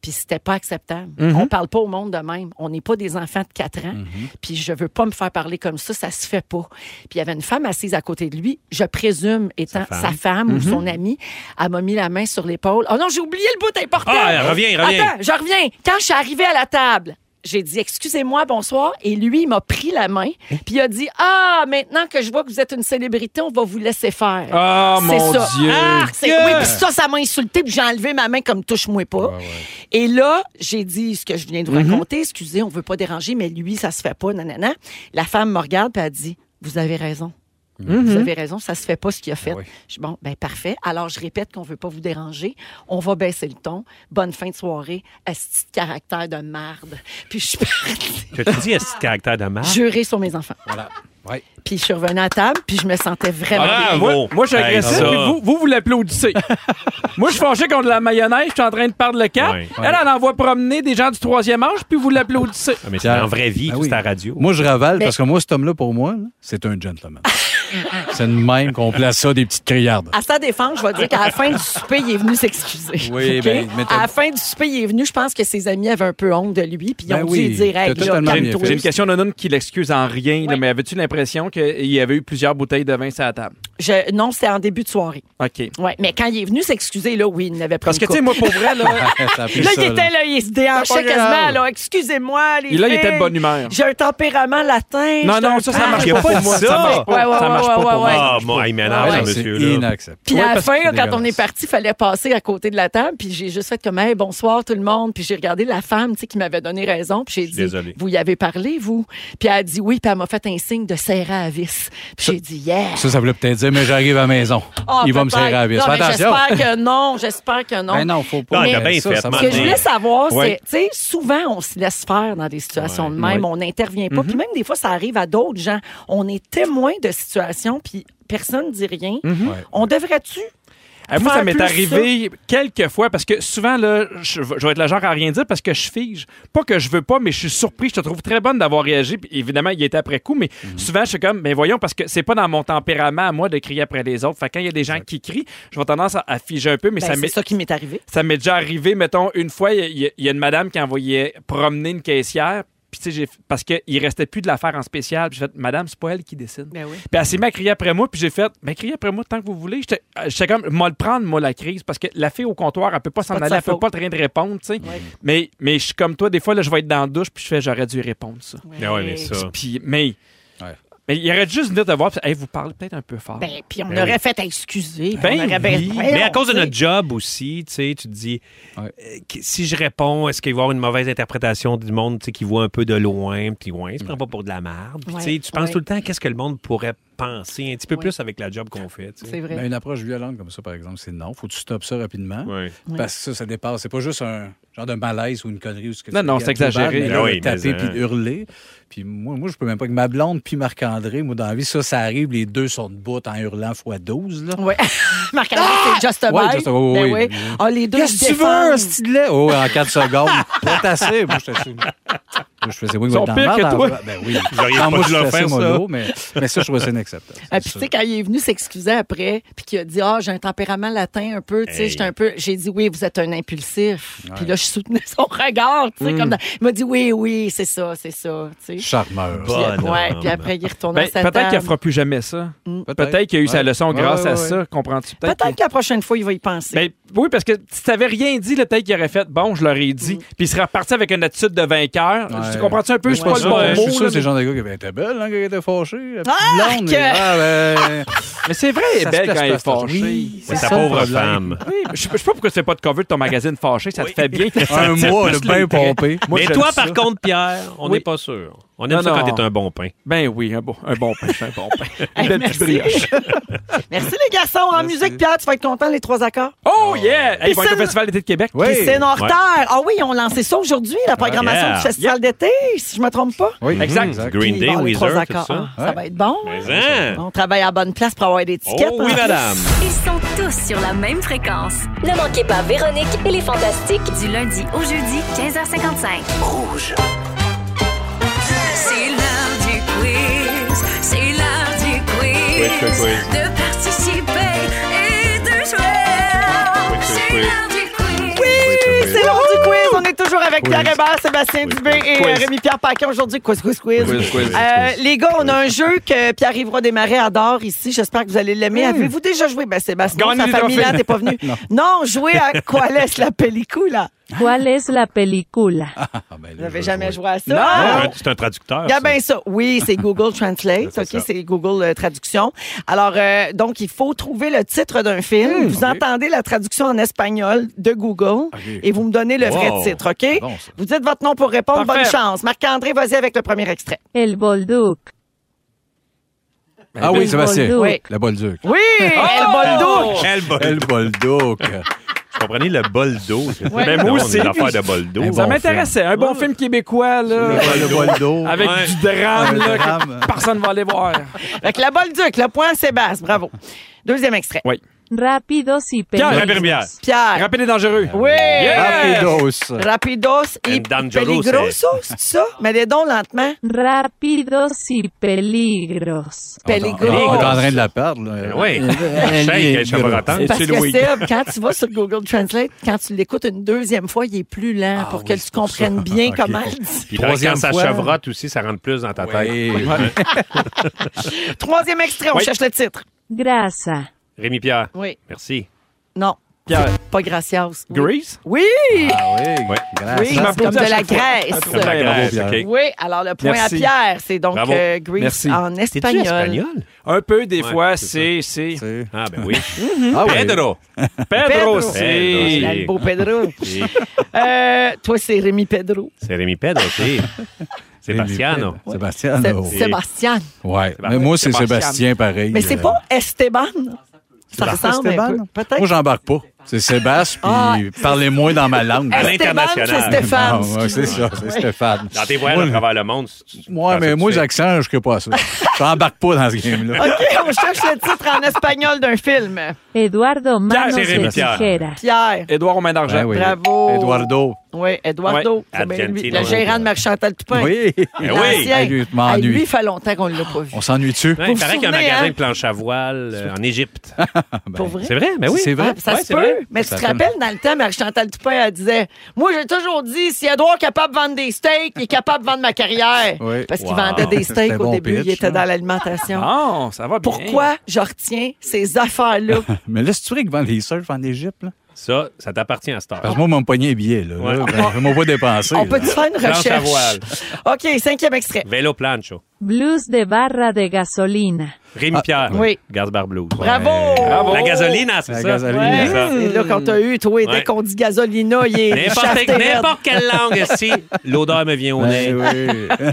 Puis c'était pas acceptable.
Mhm.
On parle pas au monde de même. On n'est pas des enfants de 4 ans. Puis je veux pas me faire parler comme ça. Ça se fait pas. Puis il y avait une femme assise à côté de lui. Je présume étant sa
femme.
femme, ou
Mhm.
son amie. Elle m'a mis la main sur l'épaule. Oh non, j'ai oublié le bout important.
Ah, reviens, reviens.
Attends, je reviens. Quand je suis arrivée à la table, j'ai dit excusez-moi, bonsoir. Et lui, il m'a pris la main. Puis il a dit ah, maintenant que je vois que vous êtes une célébrité, on va vous laisser faire.
Ah,
C'est
mon
ça.
Dieu.
Ah, c'est-
Yeah.
Oui, puis ça, ça m'a insulté. Puis j'ai enlevé ma main comme touche-moi pas. Et là, j'ai dit ce que je viens de vous
Mhm.
raconter. Excusez, on veut pas déranger, mais lui, ça se fait pas. Nanana. La femme me regarde puis elle dit vous avez raison.
Mm-hmm.
Vous avez raison, ça se fait pas ce qu'il a
Ah
fait. Je dis, bon, ben parfait. Alors, je répète qu'on veut pas vous déranger. On va baisser le ton. Bonne fin de soirée. Asti de caractère de marde. Puis je suis partie.
Que tu dis, est-ce caractère de
Ah.
marque?
Jurer sur mes enfants.
Voilà. Ouais.
Puis je suis revenue à table, puis je me sentais vraiment
Ah,
bien.
moi, moi, je suis
Hey,
agressif,
ça.
puis vous, vous, vous l'applaudissez. moi, je suis fâché contre la mayonnaise, je suis en train de perdre le cap.
Ouais.
Elle, elle envoie promener des gens du troisième âge, puis vous l'applaudissez.
Ah, Mais c'est en vraie
Ah
vie, c'est à la radio.
Ben Moi, je ravale
Mais-
parce que moi, cet homme-là, pour moi, là, c'est un gentleman. c'est de même qu'on place ça, des petites criardes.
À sa défense, je vais dire qu'à la fin du souper, il est venu s'excuser.
Oui,
OK?
ben, mais t'as-
À la fin du souper, il est venu. Je pense que ses amis avaient un peu honte de lui, puis ils ont
Ben
dû
oui,
lui dire hey, là,
t'as totalement bien
calme-toi.
fait. J'ai une question d'un homme qui l'excuse en rien, là, mais avais-tu l'impression qu'il y avait eu plusieurs bouteilles de vin sur la table?
Je- Non, c'était en début de soirée.
OK.
Ouais, mais quand il est venu s'excuser, là, oui, il n'avait pas
Parce que, tu sais, moi, pour vrai, là.
Là, il était là, il se déhanchait
C'est pas
quasiment,
grave.
là. Excusez-moi, les
euh, Et là, il
filles,
était de bonne humeur.
J'ai un tempérament latin.
Non,
j'étais
non,
un
ça, ça
père.
marche
Il y a Ah, pas de ça.
Ouais, ouais,
ça marche
ouais,
pas pour
ouais, ouais.
moi. Ah, moi, il m'énerve,
Ouais,
ce
c'est
monsieur-là.
inacceptable.
Puis à la fin, là, quand on est parti, il fallait passer à côté de la table. Puis j'ai juste fait comme, hey, bonsoir tout le monde. Puis j'ai regardé la femme, tu sais, qui m'avait donné raison. Puis j'ai dit,
désolé.
vous y avez parlé, vous? Puis elle a dit oui. Puis elle m'a fait un signe de serrer à la vis. Puis j'ai dit, yeah.
Ça, ça voulait peut-être dire, mais j'arrive à la maison.
Ah,
Il va me
peut-être.
serrer à la vis.
Non,
Fais
mais
attention.
J'espère que non, j'espère que non.
Ben non, faut pas.
Mais
Ah, il a bien
ça,
fait,
ça,
maintenant.
Ce que je voulais savoir,
Ouais.
c'est, tu sais, souvent, on se laisse faire dans des situations de même,
Ouais. Mhm.
on n'intervient pas. Puis même des fois, ça arrive à d'autres gens. On est témoin de situations, puis personne ne dit rien.
Mhm. Ouais.
On devrait-tu
Ah, moi, ça
faire
m'est
plus
arrivé quelques fois parce que souvent, là, je, je vais être le genre à rien dire parce que je fige. Pas que je veux pas, mais je suis surpris. Je te trouve très bonne d'avoir réagi. Puis évidemment, il était après coup, mais souvent, je suis comme, mais voyons, parce que c'est pas dans mon tempérament à moi de crier après les autres. Fait que quand il y a des gens qui crient, je vais tendance à, à figer un peu, mais
Ben,
ça
c'est
m'est.
ça qui m'est arrivé.
Ça m'est déjà arrivé, mettons, une fois, il y, a- il y a une madame qui envoyait promener une caissière. Puis, tu sais, j'ai- parce qu'il restait plus de l'affaire en spécial. Puis, j'ai fait, madame, c'est pas elle qui décide.
Ben oui.
Puis elle s'est mise à crier après moi, puis j'ai fait, ben criez après moi tant que vous voulez. J'étais euh, j'étais comme, moi le prendre, moi la crise, parce que la fille au comptoir, elle peut pas s'en
pas de
aller,
sa
elle peut
faute.
pas rien de répondre, tu sais. Mais, mais je suis comme toi, des fois, là, je vais être dans la douche, puis je fais, j'aurais dû répondre ça.
Ah ouais, mais ça.
Puis, mais. Mais il aurait juste venir te voir, puis, hey, vous parlez peut-être un peu fort.
Ben, puis on
Ben
aurait
oui.
fait excuser. puis
Ben
on aurait ben-
oui.
Ouais,
Mais à
on
cause de
sait.
notre job aussi, tu sais, tu te dis, euh, qu- si je réponds, est-ce qu'il va y avoir une mauvaise interprétation du monde tu sais, qui voit un peu de loin, puis loin, il se prend pas pour de la merde. Puis, tu sais,
Ouais,
tu penses
ouais.
tout le temps, qu'est-ce que le monde pourrait penser un petit peu
Ouais.
plus avec la job qu'on fait. tu sais.
Mais une approche violente comme ça, par exemple, c'est non. Faut que tu stoppes ça rapidement.
Oui.
Parce que ça, ça dépasse. C'est pas juste un genre de malaise ou une connerie ou ce que
Non,
tu-
non,
qui
c'est
est global,
exagéré.
mais
Ah
là,
oui,
de taper
mais,
puis
hein.
de hurler. Puis moi, moi, je peux même pas que ma blonde puis Marc-André, moi, dans la vie, ça, ça arrive. Les deux sont de bout en hurlant fois 12. Là.
Ouais. Marc-André, c'est Just a
Ouais,
Bite.
Just a- oui,
Ben
oui.
oui. Ah, les deux,
Qu'est-ce
se
que tu veux,
défendent.
un stylet? Oh, en 4 secondes. Pas tassé. Moi, je t'assume. Moi, je faisais oui,
Ils
oui,
sont
dans
pires
la
que
merde,
toi.
dans- Ben oui.
Vous auriez
Non,
pas
moi,
dû
je
leur
fais
faire ça.
mollo, mais, mais ça, je trouvais ça inacceptable.
Ah, puis tu sais, quand il est venu s'excuser après, puis qu'il a dit Ah, j'ai un tempérament latin un peu, tu sais,
Hey.
j'étais un peu. J'ai dit Oui, vous êtes un impulsif.
Ouais.
Puis là, je soutenais son regard, tu sais,
Mm.
comme dans- Il m'a dit Oui, oui, c'est ça, c'est ça, tu sais.
Charmeur.
Puis, ouais, puis après, il retourne
Ben,
à sa
peut-être qu'il ne
table.
fera plus jamais ça. Peut-être,
Peut-être.
qu'il a eu sa
Ouais.
leçon
Ouais,
grâce
ouais,
à
ouais.
ça, comprends-tu?
Mm. Peut-être que la prochaine fois, il va y penser.
Ben, oui, parce que si t'avais rien dit, là, peut-être qu'il aurait fait bon, je l'aurais dit,
Mm.
puis il serait reparti avec une attitude de vainqueur. Tu comprends-tu un peu?
Mais
C'est pas le
sûr,
bon
je
mot.
suis sûr
là,
que c'est
mais-
le genre de gars qui ben, était belle, hein, qui était fâché. la petite
Ah,
blonde,
que-
mais- ah, ben,
Mais c'est vrai, elle est
Ça se
belle
place
quand elle est
pas, ça se-
fâchée.
Oui, C'est c'est sa ça, le pauvre problème. femme.
Oui, mais je sais pas je sais pas pourquoi tu fais pas de cover de ton magazine fâché, ça te fait bien.
Un mois, le bain pompé.
Moi,
Mais
j'aime
toi,
ça.
par contre, Pierre, on n'est
Oui.
pas sûr. On aime ça quand t'es un bon pain.
Ben oui, un bon, un bon pain, c'est un bon pain. Une
Hey,
belle petite
merci.
brioche.
Merci les garçons. En musique, Pierre, tu vas être content, les trois accords.
Oh
Ah.
yeah! Hey, ils vont être au
Piscine-
Festival d'été de Québec.
Piscine hors terre. Ah oui, on lancé ça aujourd'hui, la programmation
Ah, yeah.
du festival d'été, si je me trompe pas.
Oui, exact.
Ah
Mhm. Green
Puis,
Day,
les
Weezer,
trois
tout
accords,
Ah,
ça.
hein, ça va être bon.
hein.
On travaille à la bonne place pour avoir des tickets.
Oh oui,
hein.
madame.
Ils sont tous sur la même fréquence. Ne manquez pas Véronique et les Fantastiques du lundi au jeudi 15h55. Rouge.
C'est l'heure du quiz. C'est l'heure du quiz.
Quiz, quiz, quiz.
De participer et de jouer. C'est l'heure du quiz.
Oui, c'est l'heure du quiz. On est toujours avec
Quiz.
Pierre Hébert, Sébastien Dubé et
Quiz.
Rémi-Pierre Paquin aujourd'hui. Quiz, quiz, quiz.
Quiz, quiz,
Euh, Les gars, on a un jeu que Pierre-Yvroy Desmarais adore ici. J'espère que vous allez l'aimer. Avez-vous déjà joué? Ben, Sébastien,
Gagner
sa
des
famille là,
trophées.
t'es pas venu.
Non.
non, jouer à Quoi laisse la pellicula?
¿Cuál es la película?
Vous n'avez jamais joué à ça?
Non,
Ah,
un- c'est un traducteur.
Il y a
ça.
bien ça. Oui, c'est Google Translate. OK, c'est Google euh, Traduction. Alors, euh, donc, il faut trouver le titre d'un film.
Hmm,
vous entendez la traduction en espagnol de Google et vous me donnez le vrai
Wow.
titre, OK?
Bon, ça.
vous dites votre nom pour répondre.
Parfait.
Bonne chance. Marc-André, vas-y avec le premier extrait.
El Bolduc.
Ah oui, Sébastien.
Oui.
Le Bolduc.
Oui, El Bolduc.
El Bolduc.
El Bolduc.
Vous comprenez le bol d'eau? c'est-
Ouais.
Ben,
moi
on a
aussi.
Une affaire de bol d'eau.
Ça m'intéressait. Un bon film québécois, là.
Le bol d'eau.
Avec
Ouais.
du drame,
Un
là, que
drame.
personne va aller voir.
Fait que la Bolduc, le point à Sébastien. Bravo. Deuxième extrait.
Oui.
Rápidos y
Pierre,
peligrosos.
Pierre.
Rapide et dangereux.
Oui.
Yes!
Rapidos et
And dangerous,
peligroso, c'est ça? Mais les dons lentement.
Rápidos y peligros.
On est en
Peligros.
train de la perdre. là.
Oui.
Elle-
Shake,
elle-
ça va attendre.
Parce que
Louis.
Seb, quand tu vas sur Google Translate, quand tu l'écoutes une deuxième fois, il est plus lent pour que tu comprennes bien comment il dit.
Puis quand
Troisième
ça
fois.
chevrotte aussi, ça rentre plus dans ta tête.
Troisième extrait, on
Oui.
cherche le titre.
Grasa.
Rémi Pierre.
Oui.
Merci.
Non.
Pierre.
Pas gracias. Oui.
Grease?
Oui!
Ah
Oui.
Oui, c'est
Je m'applaudis
comme de
à
la
chaque fois.
Grèce.
Comme de la Grèce,
Bravo, Pierre.
OK.
Oui, alors le point
Merci.
à Pierre, c'est donc
Bravo.
euh, Grease
Merci.
en espagnol.
Un peu, des fois, c'est. c'est-
Ah, ben oui.
Ah oui.
Pedro.
Pedro,
Pedro,
c'est.
c'est-
Eh, Le beau Pedro.
Si.
Euh, toi, c'est Rémi Pedro.
C'est Rémi Pedro, c'est. Sebastiano.
Sébastien.
Sé-
oh.
Sébastien.
Ouais. Mais moi, c'est Sébastien pareil.
Mais c'est
Euh,
pas Esteban. Ça ressemble un peu. Peut-être.
Moi, j'embarque pas. C'est Sébastien, puis
Ah.
parlez-moi dans ma langue.
À l'international.
Esteban, c'est Stéphane.
Ah, ouais, c'est ça, c'est Stéphane.
Dans tes voyages à travers le monde. tu- tu-
Ouais, mais moi, j'accent, je ne pas à ça. J'embarque pas dans ce game-là.
OK, on cherche le titre en espagnol d'un film.
Eduardo
Ah,
Manos
c'est Rémi
de
Pierre.
Tijera.
Pierre.
Édouard Romain d'Argent.
Ben oui.
Ah, Bravo.
Eduardo.
Oui, Eduardo.
Ouais,
c'est bien lui.
Argentino.
le gérant de Marchantal Toupin.
Oui.
Ben oui.
L'ancien.
Hey, lui, je
Hey,
m'ennuie.
lui, il fait longtemps qu'on ne l'a pas vu.
On s'ennuie-tu?
Ouais, il
vous
paraît qu'il y a un
souvenez,
magasin
hein?
de planche à voile euh, en Égypte.
Pour vrai?
C'est vrai, mais oui.
C'est vrai.
Ah, ça
Ouais,
se
c'est
peut.
vrai.
Mais tu
Ça
te
fait-
rappelles, dans le temps, Marie-Chantal Toupin, elle disait Moi, j'ai toujours dit, si Edouard est capable de vendre des steaks, il est capable de vendre ma carrière.
Oui.
Parce qu'il
Wow.
vendait des
C'était
steaks au
bon
début,
pitch,
il était
hein?
dans l'alimentation.
Ah,
Non, ça va bien.
Pourquoi je retiens ces affaires-là?
Mais là, c'est vrai qu'ils vendent des surfs en Égype, là.
Ça, ça t'appartient à Star.
Parce que moi, mon pogné est billet, là.
Ouais.
Là, ben, je m'en vais dépenser.
On
là.
peut-tu faire une
Planche à
recherche?
voile.
OK, cinquième extrait.
Vélo plancho.
Blues de barra de gasolina.
Rémi Pierre.
oui.
Gasbar Blues.
Bravo!
Bravo.
La gasolina, c'est
La
ça.
gasolina.
Ouais,
C'est ça.
C'est là qu'on t'a eu, toi, dès
Ouais.
qu'on dit gasolina, il est
N'importe,
shafté raide.
n'importe quelle langue, si l'odeur me vient au nez.
Ben oui.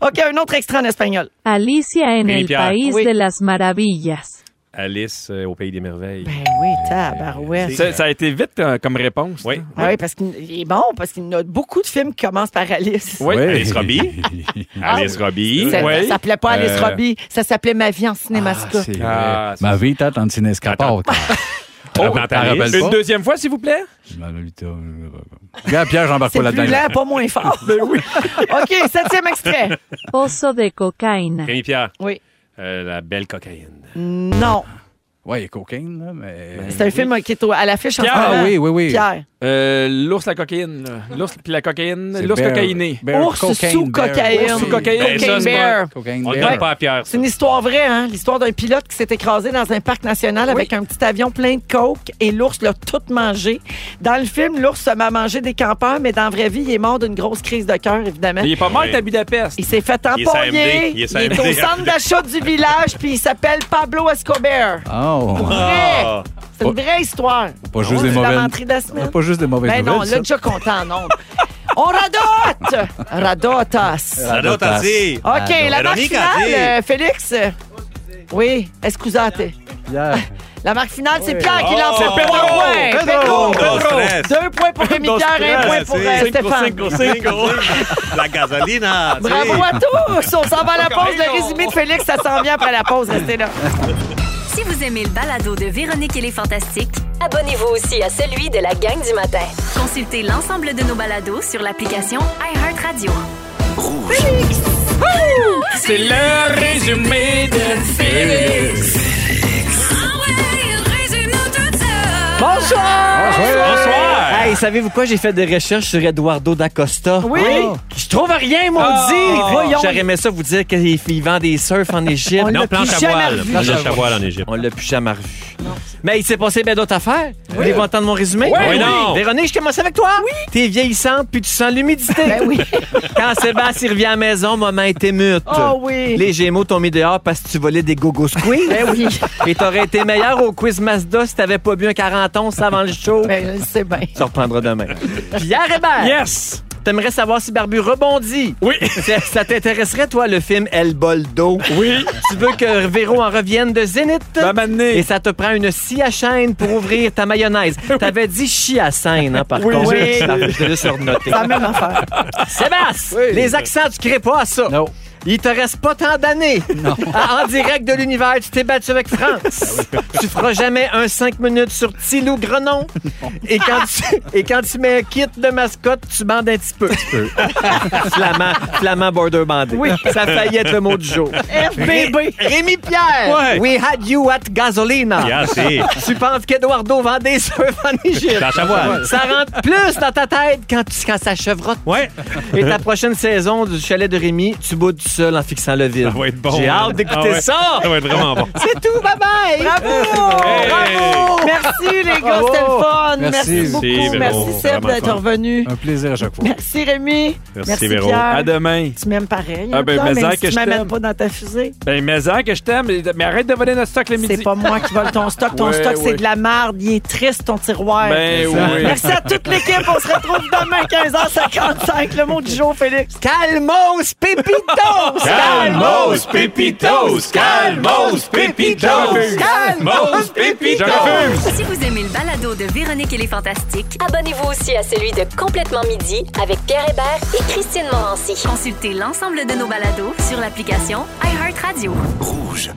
OK, un autre extrait en espagnol.
Alicia en
Rémi
el
Pierre.
país
Oui.
de las maravillas.
Alice euh, au pays des merveilles.
Ben oui, tabarouette.
Ça, ça a été vite euh, comme réponse.
Oui.
Ah oui, parce qu'il est bon, parce qu'il y en a beaucoup de films qui commencent par Alice.
Oui.
Alice Robbie. Alice Robbie.
Ça
Oui.
ne s'appelait pas Alice
Euh,
Robbie, ça s'appelait Ma vie en
Ah,
cinémascope.
c'est
Ah,
vrai.
c'est
Ma vie tante en cinescapore.
Oh,
t'en rappelles
Une
pas?
deuxième fois, s'il vous plaît.
Ben, Regarde, Pierre, j'embarque
c'est
pas
plus
là-dedans.
lent, pas moins fort. OK, septième extrait.
Pozo de cocaína.
Rémi Pierre.
Oui.
Euh, la belle cocaïne.
Non.
Ouais, il y a cocaine, là, mais.
C'est un film qui est au- à l'affiche en ce
Pierre,
Ah
moment.
oui, oui, oui.
Pierre.
Euh, l'ours, la cocaïne. là. L'ours, puis la cocaïne.
C'est
L'ours
Bear-
cocaïné.
Bear
Ours
Cocaine
sous
Bear.
cocaïne.
Ours sous cocaïne.
Ben, ça,
Cocaine
c'est
Bear.
Cocaine
On le
Bear.
donne pas à Pierre,
C'est
ça.
une histoire vraie, hein? L'histoire d'un pilote qui s'est écrasé dans un parc national avec un petit avion plein de coke et l'ours l'a tout mangé. Dans le film, l'ours se met à manger des campeurs, mais dans la vraie vie, il est mort d'une grosse crise de cœur, évidemment.
Il est pas mort,
Oui.
à Budapest.
Il s'est fait
Il est sur AMD.
empoigner. Il
Il est
est
sur
au
AMD.
centre d'achat du village, puis il s'appelle Pablo Escobar.
Oh,
Ah.
Vrai. C'est une vraie histoire.
pas juste
C'est
des
la
mauvaises.
rentrée de la semaine.
Pas juste des mauvaises
Ben non,
nouvelles.
là,
ça.
déjà content, non. On radote! Radotas.
Ça doit t'en dire.
OK, la marque
Véronique a
finale,
dit.
euh, Félix. Oui, excusate.
Pierre.
La marque finale, c'est Pierre qui lance
Oh,
le point. Pedro.
Pedro,
Pedro. stress.
Deux points pour Rémi
Dos
Oh, Pierre, un
stress,
point pour euh,
c'est-
Stéphane.
cinco,
La gasolina. tu sais.
Bravo à tous! On s'en va à la pause. Le
Cocaïne,
résumé de Félix, ça s'en vient après la pause. Restez là.
Si vous aimez le balado de Véronique et les Fantastiques,
Abonnez-vous aussi à celui de la gang du matin.
consultez l'ensemble de nos balados sur l'application iHeartRadio.
C'est le résumé de Félix.
Ah
Bonsoir!
Bonsoir.
Hey, savez-vous quoi? J'ai fait des recherches sur Eduardo d'Acosta.
Oui. Oh.
Je trouve rien, maudit.
Oh.
Voyons.
J'aurais aimé ça vous dire qu'il il vend des surfs en Égypte.
On l'a
Non, planche
plus
à
jamais
voile.
revu.
Planche à voile en Égypte.
On l'a plus jamais revu. Mais il s'est passé bien d'autres affaires. Vous voulez entendre mon résumé?
Ouais, oui. non.
Véronique, je commence avec toi. Oui. T'es vieillissante puis tu sens l'humidité.
Ben oui.
Quand Sébastien revient à la maison, maman était mute.
Oh oui.
Les Gémeaux t'ont mis dehors parce que tu volais des gogo squeeze.
Ben oui.
Et t'aurais été meilleur au quiz Mazda si t'avais pas bu un 40 onces avant le show.
Ben, je le sais bien.
Ça reprendra demain. Pierre Hébert.
Yes.
T'aimerais savoir si Barbu rebondit.
Oui.
Ça t'intéresserait, toi, le film El Boldo?
Oui.
Tu veux que Véro en revienne de Zénith?
Ben,
Et ça te prend une scie à chaîne pour ouvrir ta mayonnaise. T'avais dit chi à scène, hein, par
Oui,
contre.
oui.
Je te laisse
C'est
surnoter.
la même
affaire.
Sébastien, les accents, tu crées pas à ça. Non. Il te reste pas tant d'années. En direct de l'univers, tu t'es battu avec France. tu feras jamais un 5 minutes sur Tilou Grenon. Et quand, tu, et quand tu mets un kit de mascotte, tu bandes un petit peu. flamand, flamand border bandé.
Oui.
Ça faillit être le mot du jour.
FBB.
Rémi Pierre.
Ouais.
We had you at gasolina.
Yes, eh.
tu penses qu'Eduardo vendait sur un Égypte.
Dans sa voile.
Ça rentre plus dans ta tête quand, tu, quand ça chevrotte.
Ouais.
Et ta prochaine saison du chalet de Rémi, tu boudes tout seul en fixant le vide.
Ça va être bon,
J'ai
hein.
hâte d'écouter
Ah ouais.
ça.
Ça va être vraiment bon.
C'est tout. Bye bye.
Bravo!
Hey.
Bravo! Merci les gars,
Bravo.
c'était le fun. Merci,
Merci.
beaucoup.
Merci,
Merci,
Véro.
Seb
Vraiment
d'être
fun.
revenu.
Un plaisir à chaque fois.
Merci Rémi. Véro.
Merci, Véro.
Pierre.
À demain.
Tu m'aimes pareil.
Ah,
hein,
ben,
Pierre,
mais
même
ça
si
que
tu
je
m'amènes
t'aime.
pas dans ta fusée.
Ben, mais
hein,
en que je t'aime, mais- mais arrête de voler notre stock le midi.
C'est pas moi qui vole ton stock. Ton
Ouais,
stock, c'est
ouais.
de la merde. Il est triste, ton tiroir.
Ben oui.
Merci à toute l'équipe. On se retrouve demain, 15h55. Le mot du jour, Félix.
Calmos, pépitos!
Calmos, pépitos, calmos, pépitos, calmos, pépitos.
Si vous aimez le balado de Véronique et les Fantastiques, abonnez-vous aussi à celui de Complètement Midi avec Pierre Hébert et Christine Morancy. Consultez l'ensemble de nos balados sur l'application iHeartRadio.
Rouge.